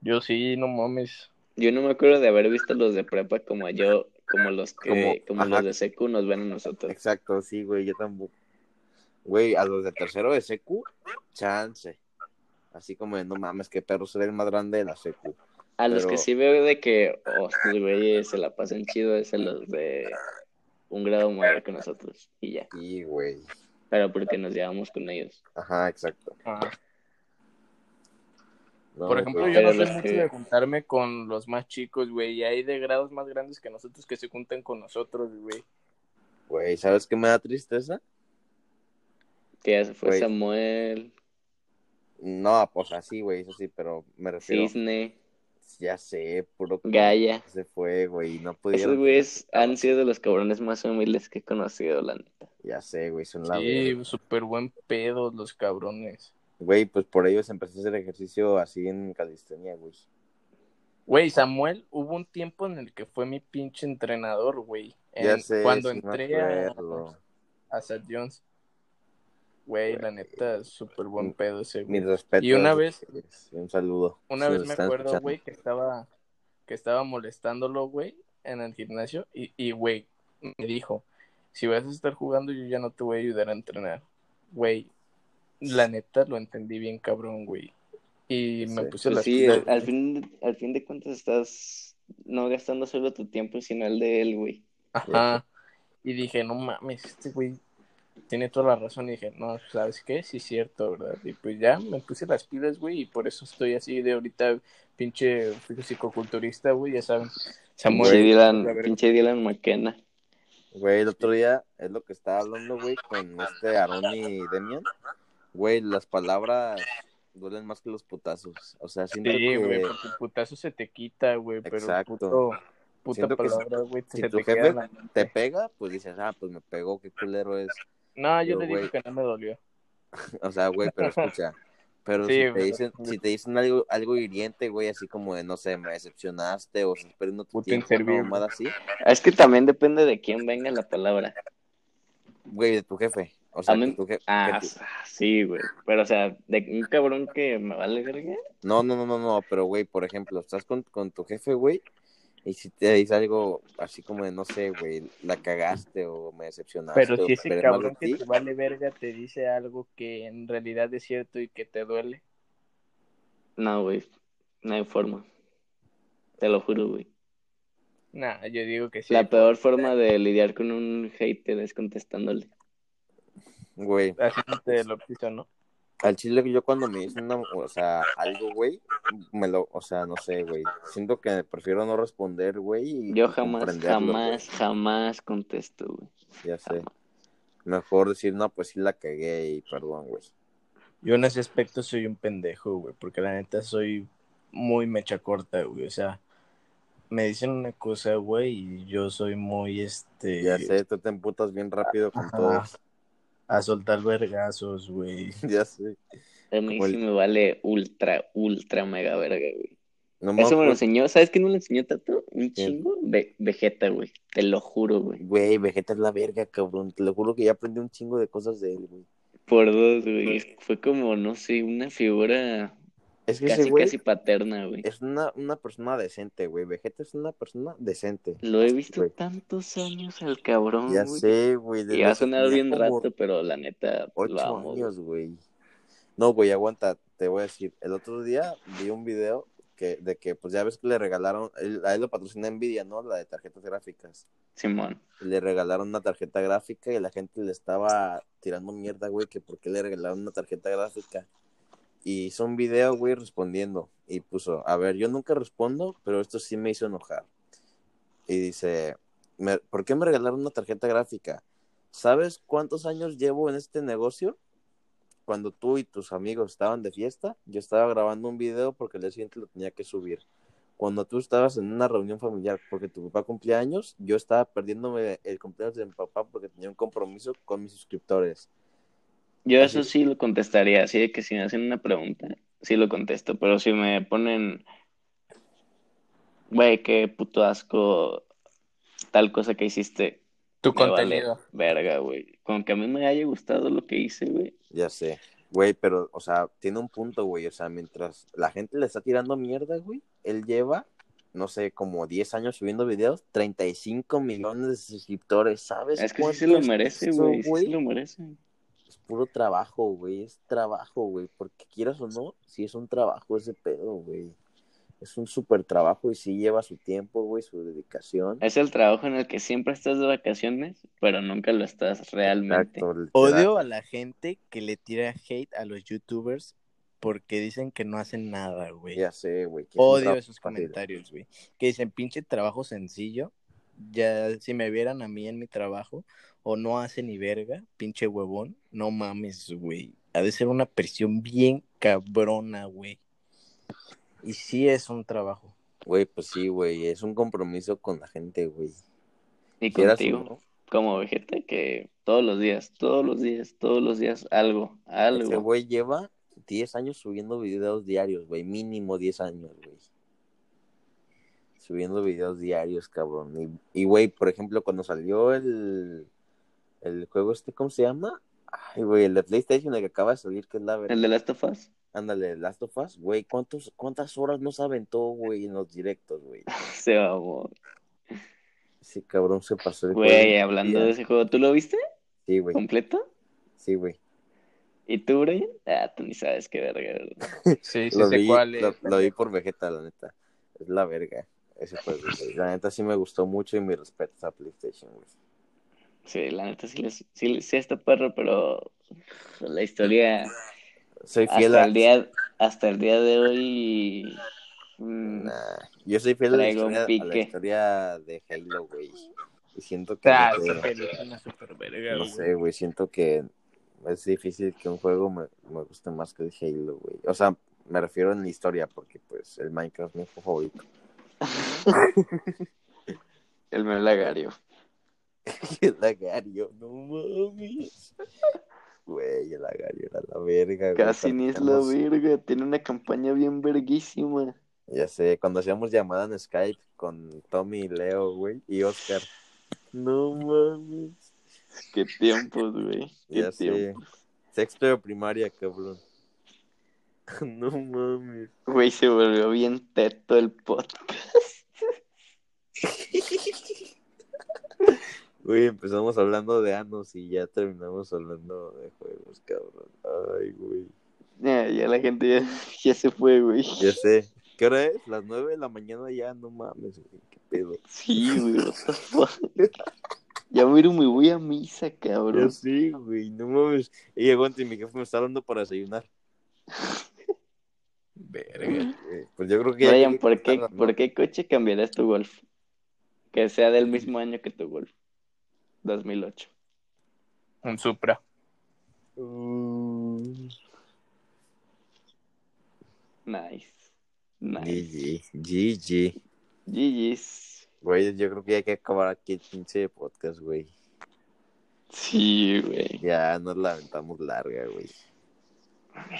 [SPEAKER 3] Yo sí, no mames.
[SPEAKER 1] Yo no me acuerdo de haber visto los de prepa como yo, como los que,
[SPEAKER 2] Como-
[SPEAKER 1] como,
[SPEAKER 2] ajá.
[SPEAKER 1] los de secu nos ven a nosotros.
[SPEAKER 2] Exacto, sí, güey, yo tampoco. Güey, a los de tercero de secu, chance. Así como de, no mames, qué perro ser el más grande de la secu.
[SPEAKER 1] A los
[SPEAKER 2] Pero-
[SPEAKER 1] que sí veo de que, oh, estos güeyes se la pasan chido, es a los de un grado mayor que nosotros. Y ya.
[SPEAKER 2] Y, güey,
[SPEAKER 1] Pero porque nos llevamos con ellos.
[SPEAKER 2] ajá, exacto.
[SPEAKER 3] Ah.
[SPEAKER 2] No,
[SPEAKER 3] Por ejemplo,
[SPEAKER 2] güey.
[SPEAKER 3] yo no
[SPEAKER 1] Pero
[SPEAKER 3] soy
[SPEAKER 1] los
[SPEAKER 3] mucho
[SPEAKER 1] que-
[SPEAKER 3] de juntarme con los más chicos, güey, y hay de grados más grandes que nosotros que se juntan con nosotros, güey.
[SPEAKER 2] Güey, ¿sabes qué me da tristeza?
[SPEAKER 1] Que ya se fue
[SPEAKER 2] Güey.
[SPEAKER 1] Samuel,
[SPEAKER 2] No, pues así, güey, eso sí, pero me refiero.
[SPEAKER 1] Cisne,
[SPEAKER 2] Ya sé, puro.
[SPEAKER 1] Gaia.
[SPEAKER 2] Se fue, güey, no
[SPEAKER 1] Esos
[SPEAKER 2] pudieron.
[SPEAKER 1] güeyes han sido de los cabrones más humildes que he conocido, la neta.
[SPEAKER 2] Ya sé, güey, son la verga.
[SPEAKER 3] Sí, súper buen pedo los cabrones.
[SPEAKER 2] Güey, pues por ellos empecé a hacer ejercicio así en calistenia, güey.
[SPEAKER 3] Güey, Samuel, hubo un tiempo en el que fue mi pinche entrenador, güey.
[SPEAKER 2] Ya
[SPEAKER 3] En-
[SPEAKER 2] sé,
[SPEAKER 3] Cuando
[SPEAKER 2] sí me
[SPEAKER 3] entré a,
[SPEAKER 2] acuerdo.
[SPEAKER 3] a Seth Jones. Güey, la neta, súper buen pedo ese, güey.
[SPEAKER 2] Mis respetos.
[SPEAKER 3] Y una vez-
[SPEAKER 2] y Un saludo.
[SPEAKER 3] Una
[SPEAKER 2] Si
[SPEAKER 3] vez
[SPEAKER 2] nos
[SPEAKER 3] me
[SPEAKER 2] están
[SPEAKER 3] acuerdo,
[SPEAKER 2] escuchando.
[SPEAKER 3] güey, que estaba, que estaba molestándolo, güey, en el gimnasio. Y, y, güey, me dijo, si vas a estar jugando, yo ya no te voy a ayudar a entrenar. Güey, la neta, lo entendí bien cabrón, güey. Y me
[SPEAKER 2] Sí.
[SPEAKER 3] puse
[SPEAKER 1] Pues
[SPEAKER 3] las
[SPEAKER 1] sí,
[SPEAKER 3] pilas,
[SPEAKER 1] al fin, al fin de cuentas estás no gastando solo tu tiempo, sino el de él, güey.
[SPEAKER 3] Ajá. Y dije, no mames, este güey tiene toda la razón. Y dije, no, ¿sabes qué? Sí, es cierto, ¿verdad? Y pues ya me puse las pilas, güey, y por eso estoy así de ahorita, pinche psicoculturista, güey, ya saben. Samuel.
[SPEAKER 1] Pinche Dylan,
[SPEAKER 3] la verga.
[SPEAKER 1] pinche Dylan McKenna.
[SPEAKER 2] Güey, el otro día es lo que estaba hablando, güey, con este Aaron y Demian. Güey, las palabras duelen más que los putazos. O sea, siento
[SPEAKER 3] Sí,
[SPEAKER 2] que
[SPEAKER 3] güey, porque el putazo se te quita, güey, pero
[SPEAKER 2] Exacto.
[SPEAKER 3] puto, puta
[SPEAKER 2] Siento que
[SPEAKER 3] palabra, güey,
[SPEAKER 2] si
[SPEAKER 3] se
[SPEAKER 2] tu
[SPEAKER 3] te
[SPEAKER 2] jefe
[SPEAKER 3] queda en la
[SPEAKER 2] te
[SPEAKER 3] mente.
[SPEAKER 2] pega, pues dices, ah, pues me pegó, qué culero es. <laughs>
[SPEAKER 3] No, yo
[SPEAKER 2] Pero,
[SPEAKER 3] le dije
[SPEAKER 2] güey.
[SPEAKER 3] que no me dolió.
[SPEAKER 2] O sea, güey, pero escucha. Pero
[SPEAKER 3] Sí,
[SPEAKER 2] si, te
[SPEAKER 3] güey.
[SPEAKER 2] dicen, si te dicen algo, algo hiriente, güey, así como de, no sé, me decepcionaste o estás perdiendo tu
[SPEAKER 3] Puto
[SPEAKER 2] tiempo,
[SPEAKER 3] inservible.
[SPEAKER 2] no, mamada así,
[SPEAKER 1] Es que también depende de quién venga la palabra.
[SPEAKER 2] güey, de tu jefe. O sea,
[SPEAKER 1] A mí-
[SPEAKER 2] que tu jefe.
[SPEAKER 1] Ah, sí, güey. Pero, o sea, de un cabrón que me vale verga.
[SPEAKER 2] No, no, no, no, no, pero güey, por ejemplo, estás con, con tu jefe, güey, y si te dice algo así como de, no sé, güey, la cagaste o me decepcionaste.
[SPEAKER 3] Pero
[SPEAKER 2] o
[SPEAKER 3] si ese
[SPEAKER 2] esperé mal
[SPEAKER 3] cabrón
[SPEAKER 2] de
[SPEAKER 3] que
[SPEAKER 2] ti,
[SPEAKER 3] te vale verga te dice algo que en realidad es cierto y que te duele.
[SPEAKER 1] No, güey. No hay forma. Te lo juro, güey.
[SPEAKER 3] Nah, yo digo que sí.
[SPEAKER 2] pues,
[SPEAKER 1] La peor forma de lidiar con un hater es contestándole.
[SPEAKER 2] Güey,
[SPEAKER 3] Haciéndote lo piso, ¿no?
[SPEAKER 2] al chile yo cuando me dicen, una- o sea, algo, güey, me lo, o sea, no sé, güey, siento que prefiero no responder, güey. y-
[SPEAKER 1] Yo
[SPEAKER 2] y
[SPEAKER 1] jamás,
[SPEAKER 2] comprenderlo, pues. güey.
[SPEAKER 1] jamás, jamás contesto, güey.
[SPEAKER 2] Ya sé. Mejor decir, no, pues sí la cagué y perdón, güey.
[SPEAKER 3] Yo en ese aspecto soy un pendejo, güey, porque la neta soy muy mecha corta, güey. O sea, me dicen una cosa, güey, y yo soy muy, este,
[SPEAKER 2] Ya sé, tú te emputas bien rápido con
[SPEAKER 3] Ajá.
[SPEAKER 2] todo. <laughs>
[SPEAKER 3] a soltar vergazos, güey.
[SPEAKER 2] Ya sé.
[SPEAKER 1] A mí
[SPEAKER 2] Como el-
[SPEAKER 1] sí me vale ultra, ultra mega verga, güey.
[SPEAKER 2] No pues.
[SPEAKER 1] Eso me
[SPEAKER 2] me
[SPEAKER 1] lo
[SPEAKER 2] acuerdo.
[SPEAKER 1] enseñó, ¿sabes qué no lo enseñó tanto? Un
[SPEAKER 2] ¿Quién?
[SPEAKER 1] chingo de Vegeta, güey. Te lo juro, güey.
[SPEAKER 2] Güey, Vegeta es la verga, cabrón. Te lo juro que ya aprendí un chingo de cosas de él, güey.
[SPEAKER 1] Por dos,
[SPEAKER 2] Pues.
[SPEAKER 1] güey. Fue como, no sé, una figura
[SPEAKER 2] Es que
[SPEAKER 1] casi,
[SPEAKER 2] ese güey
[SPEAKER 1] casi paterna, güey.
[SPEAKER 2] es una, una persona decente, güey. Vegeta es una persona decente.
[SPEAKER 1] Lo he visto
[SPEAKER 2] Güey.
[SPEAKER 1] tantos años al cabrón,
[SPEAKER 2] Ya
[SPEAKER 1] güey.
[SPEAKER 2] sé, güey. desde
[SPEAKER 1] Y ha
[SPEAKER 2] que
[SPEAKER 1] sonado
[SPEAKER 2] tenía
[SPEAKER 1] bien
[SPEAKER 2] como
[SPEAKER 1] rato, pero la neta, lo
[SPEAKER 2] Ocho
[SPEAKER 1] amo, güey.
[SPEAKER 2] años, güey. No, güey, aguanta. Te voy a decir. El otro día vi un video que, de que, pues ya ves que le regalaron. él- a él lo patrocina Nvidia, ¿no? La de tarjetas gráficas.
[SPEAKER 1] Simón.
[SPEAKER 2] le regalaron una tarjeta gráfica y la gente le estaba tirando mierda, güey, que por qué le regalaron una tarjeta gráfica. Y hizo un video, güey, respondiendo. Y puso, a ver, yo nunca respondo, pero esto sí me hizo enojar. Y dice, "Me- ¿por qué me regalaron una tarjeta gráfica? ¿Sabes cuántos años llevo en este negocio? Cuando tú y tus amigos estaban de fiesta, yo estaba grabando un video porque el día siguiente lo tenía que subir. cuando tú estabas en una reunión familiar porque tu papá cumplía años, yo estaba perdiéndome el cumpleaños de mi papá porque tenía un compromiso con mis suscriptores.
[SPEAKER 1] Yo
[SPEAKER 2] Así
[SPEAKER 1] eso
[SPEAKER 2] es.
[SPEAKER 1] sí lo contestaría, así de que si me hacen una pregunta, sí lo contesto, pero si me ponen, güey, qué puto asco, tal cosa que hiciste,
[SPEAKER 3] Tu
[SPEAKER 1] me vale
[SPEAKER 3] contenido.
[SPEAKER 1] verga, güey. Con que a mí me haya gustado lo que hice, güey.
[SPEAKER 2] Ya sé, güey, pero, o sea, tiene un punto, güey, o sea, mientras la gente le está tirando mierda, güey, él lleva, no sé, como 10 años subiendo videos, 35 millones de suscriptores, ¿sabes?
[SPEAKER 1] Es que sí se
[SPEAKER 2] cuánto
[SPEAKER 1] lo
[SPEAKER 2] es
[SPEAKER 1] merece,
[SPEAKER 2] eso,
[SPEAKER 1] güey, sí se lo merece.
[SPEAKER 2] Es puro trabajo, güey, es trabajo, güey, porque quieras o no, sí es un trabajo ese pedo, güey. Es un súper trabajo y sí lleva su tiempo, güey, su dedicación.
[SPEAKER 1] Es el trabajo en el que siempre estás de vacaciones, pero nunca lo estás realmente.
[SPEAKER 2] Exacto, literal.
[SPEAKER 3] Odio a la gente que le tira hate a los youtubers porque dicen que no hacen nada, güey.
[SPEAKER 2] Ya sé, güey. que es un
[SPEAKER 3] Odio
[SPEAKER 2] trabajo
[SPEAKER 3] esos
[SPEAKER 2] fácil.
[SPEAKER 3] comentarios, güey. Que dicen, pinche trabajo sencillo. Ya, si me vieran a mí en mi trabajo, o no hace ni verga, pinche huevón, no mames, güey. Ha de ser una presión bien cabrona, güey. Y sí es un trabajo.
[SPEAKER 2] Güey, pues sí, güey, es un compromiso con la gente, güey.
[SPEAKER 1] Y
[SPEAKER 2] Quieras o
[SPEAKER 1] contigo,
[SPEAKER 2] no,
[SPEAKER 1] como vegeta, que todos los días, todos los días, todos los días, algo,
[SPEAKER 2] Ese
[SPEAKER 1] algo.
[SPEAKER 2] güey lleva 10 años subiendo videos diarios, güey. Mínimo 10 años, güey. Subiendo videos diarios, cabrón. Y- Y, güey, por ejemplo, cuando salió el, el juego este, ¿cómo se llama? Ay, güey, el de PlayStation, el que acaba de salir, que es la
[SPEAKER 1] El
[SPEAKER 2] verdad.
[SPEAKER 1] de Last of Us. <laughs>
[SPEAKER 2] Ándale, Last of Us, güey. ¿cuántos, ¿Cuántas horas no se aventó, güey, en los directos, güey?
[SPEAKER 1] Se mamó.
[SPEAKER 2] Ese cabrón se pasó el
[SPEAKER 1] Güey, hablando de
[SPEAKER 2] de...
[SPEAKER 1] ese juego, ¿tú lo viste
[SPEAKER 2] Sí, güey,
[SPEAKER 1] completo?
[SPEAKER 2] sí, güey.
[SPEAKER 1] ¿Y tú, Brian? Ah, tú ni sabes qué verga. ¿verdad?
[SPEAKER 3] Sí,
[SPEAKER 2] lo vi, lo- lo vi por Vegeta, la neta. Es la verga. Ese juego, güey. La neta sí me gustó mucho y mi respeto a PlayStation, güey.
[SPEAKER 1] Sí, la neta sí, les, sí, les- sí está este perro, pero la historia
[SPEAKER 2] Soy fiel
[SPEAKER 1] hasta
[SPEAKER 2] a.
[SPEAKER 1] el día hasta el día de hoy mm,
[SPEAKER 2] Nah, yo soy fiel a la,
[SPEAKER 1] Traigo un
[SPEAKER 2] historia, a la
[SPEAKER 1] pique.
[SPEAKER 2] historia de Halo, güey. Y siento que.
[SPEAKER 3] Ah,
[SPEAKER 2] no
[SPEAKER 3] esa
[SPEAKER 2] sé,
[SPEAKER 3] película es una super verga,
[SPEAKER 2] no
[SPEAKER 3] güey.
[SPEAKER 2] sé, güey. Siento que es difícil que un juego me, me guste más que el Halo, güey. O sea, me refiero en la historia, porque pues el Minecraft es mi juego favorito. <laughs>
[SPEAKER 1] el melagario.
[SPEAKER 2] el agario, no mames. Güey, el agario era la verga, güey.
[SPEAKER 1] Casi ni es la
[SPEAKER 2] Practicamos-
[SPEAKER 1] verga, tiene una campaña bien verguísima.
[SPEAKER 2] Ya sé, cuando hacíamos llamada en Skype con Tommy, Leo, güey, y Oscar. No mames.
[SPEAKER 1] Qué tiempos, güey. Qué
[SPEAKER 2] Ya sé.
[SPEAKER 1] tiempos.
[SPEAKER 2] Sexto de primaria, cabrón. <laughs> No mames.
[SPEAKER 1] Güey, se volvió bien teto el podcast.
[SPEAKER 2] Güey, empezamos hablando de anos y ya terminamos hablando de juegos, cabrón. Ay, güey.
[SPEAKER 1] <laughs> Ya, ya la gente ya, <laughs> ya se fue, güey.
[SPEAKER 2] Ya sé. ¿Qué hora es? Las nueve de la mañana ya, no mames, güey. Qué pedo.
[SPEAKER 1] Sí, güey, what the fuck. Ya miro, me voy a misa,
[SPEAKER 2] Ya
[SPEAKER 1] cabrón.
[SPEAKER 2] sé, güey, no mames. Y aguante, mi jefe me está hablando para desayunar.
[SPEAKER 3] Verga.
[SPEAKER 2] Eh, Pues yo creo que ya
[SPEAKER 1] Brian,
[SPEAKER 2] llegué
[SPEAKER 1] ¿por qué,
[SPEAKER 2] tarde, ¿no?
[SPEAKER 1] ¿por qué coche cambiarás tu Golf? Que sea del mismo año que tu Golf. 2008.
[SPEAKER 3] Un Supra.
[SPEAKER 2] Mm.
[SPEAKER 1] Nice. Nice.
[SPEAKER 2] GG, GG.
[SPEAKER 1] GG's.
[SPEAKER 2] Güey, yo creo que hay que acabar aquí el pinche podcast, güey.
[SPEAKER 1] Sí, güey.
[SPEAKER 2] Ya nos la aventamos larga, güey.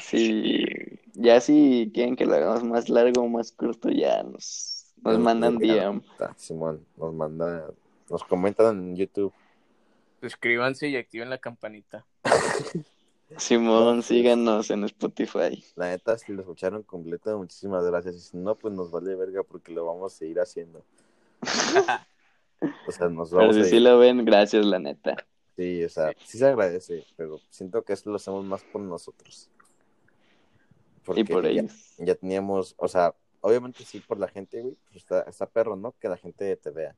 [SPEAKER 1] Sí. Ya si quieren que lo hagamos más largo o más corto, ya nos, nos
[SPEAKER 2] Nos
[SPEAKER 1] mandan
[SPEAKER 2] mandan.
[SPEAKER 1] DM.
[SPEAKER 2] Ta, Simón nos manda, nos comentan en YouTube.
[SPEAKER 3] Suscríbanse y activen la campanita.
[SPEAKER 1] Simón, síganos en Spotify.
[SPEAKER 2] La neta, si lo escucharon completo, muchísimas gracias. Y si no, pues nos vale verga porque lo vamos a seguir
[SPEAKER 1] <laughs>
[SPEAKER 2] haciendo. O sea, nos
[SPEAKER 1] Pero
[SPEAKER 2] vamos
[SPEAKER 1] si
[SPEAKER 2] a
[SPEAKER 1] sí
[SPEAKER 2] seguir.
[SPEAKER 1] lo ven, gracias, la neta.
[SPEAKER 2] Sí, o sea, sí se agradece, pero siento que eso lo hacemos más por nosotros.
[SPEAKER 1] Y por
[SPEAKER 2] ya-
[SPEAKER 1] ellos.
[SPEAKER 2] ya teníamos, o sea, obviamente sí por la gente, güey, pues está, está perro, ¿no? Que la gente te vea.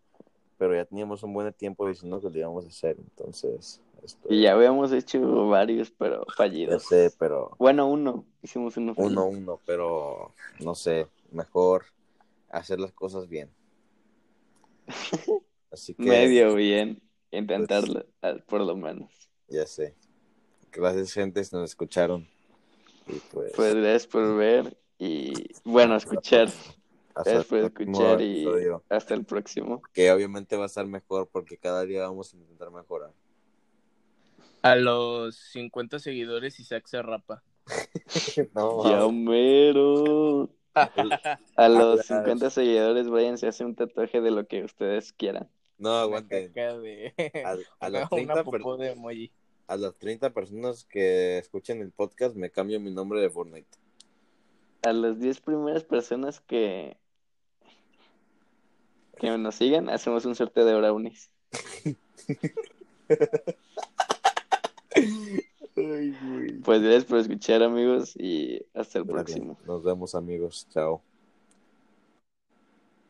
[SPEAKER 2] Pero ya teníamos un buen tiempo diciendo que lo íbamos a hacer, entonces. Esto,
[SPEAKER 1] Y ya habíamos hecho varios, pero
[SPEAKER 2] Ya
[SPEAKER 1] fallidos.
[SPEAKER 2] sé, pero
[SPEAKER 1] Bueno, uno. Hicimos uno fallido.
[SPEAKER 2] uno a uno, pero no sé, mejor hacer las
[SPEAKER 1] <laughs>
[SPEAKER 2] cosas bien. Así que,
[SPEAKER 1] Medio bien. Intentarlo,
[SPEAKER 2] Pues
[SPEAKER 1] al- por lo menos.
[SPEAKER 2] ya sé. Gracias, gente, si nos escucharon. Y pues,
[SPEAKER 1] Pues gracias por ver y bueno, escuchar.
[SPEAKER 2] hasta
[SPEAKER 1] Gracias por
[SPEAKER 2] el próximo
[SPEAKER 1] escuchar y
[SPEAKER 2] episodio,
[SPEAKER 1] hasta el próximo.
[SPEAKER 2] Que obviamente va a estar mejor porque cada día vamos a intentar mejorar.
[SPEAKER 3] A los 50 seguidores Isaac se rapa.
[SPEAKER 2] No,
[SPEAKER 1] Ya mero. A los
[SPEAKER 2] Hablas.
[SPEAKER 1] 50 seguidores, váyanse a hacer un tatuaje de lo que ustedes quieran.
[SPEAKER 2] no aguanten.
[SPEAKER 3] Caca de- <laughs>
[SPEAKER 2] A, a
[SPEAKER 3] Una-
[SPEAKER 2] las 30
[SPEAKER 3] una
[SPEAKER 2] per-
[SPEAKER 3] popó de emoji.
[SPEAKER 2] a las 30 personas que escuchen el podcast me cambio mi nombre de Fortnite.
[SPEAKER 1] A las 10 primeras personas que, que nos sigan, hacemos un sorteo de brownies. Pues gracias por escuchar, amigos, y hasta el próximo.
[SPEAKER 2] Nos vemos amigos. Chao.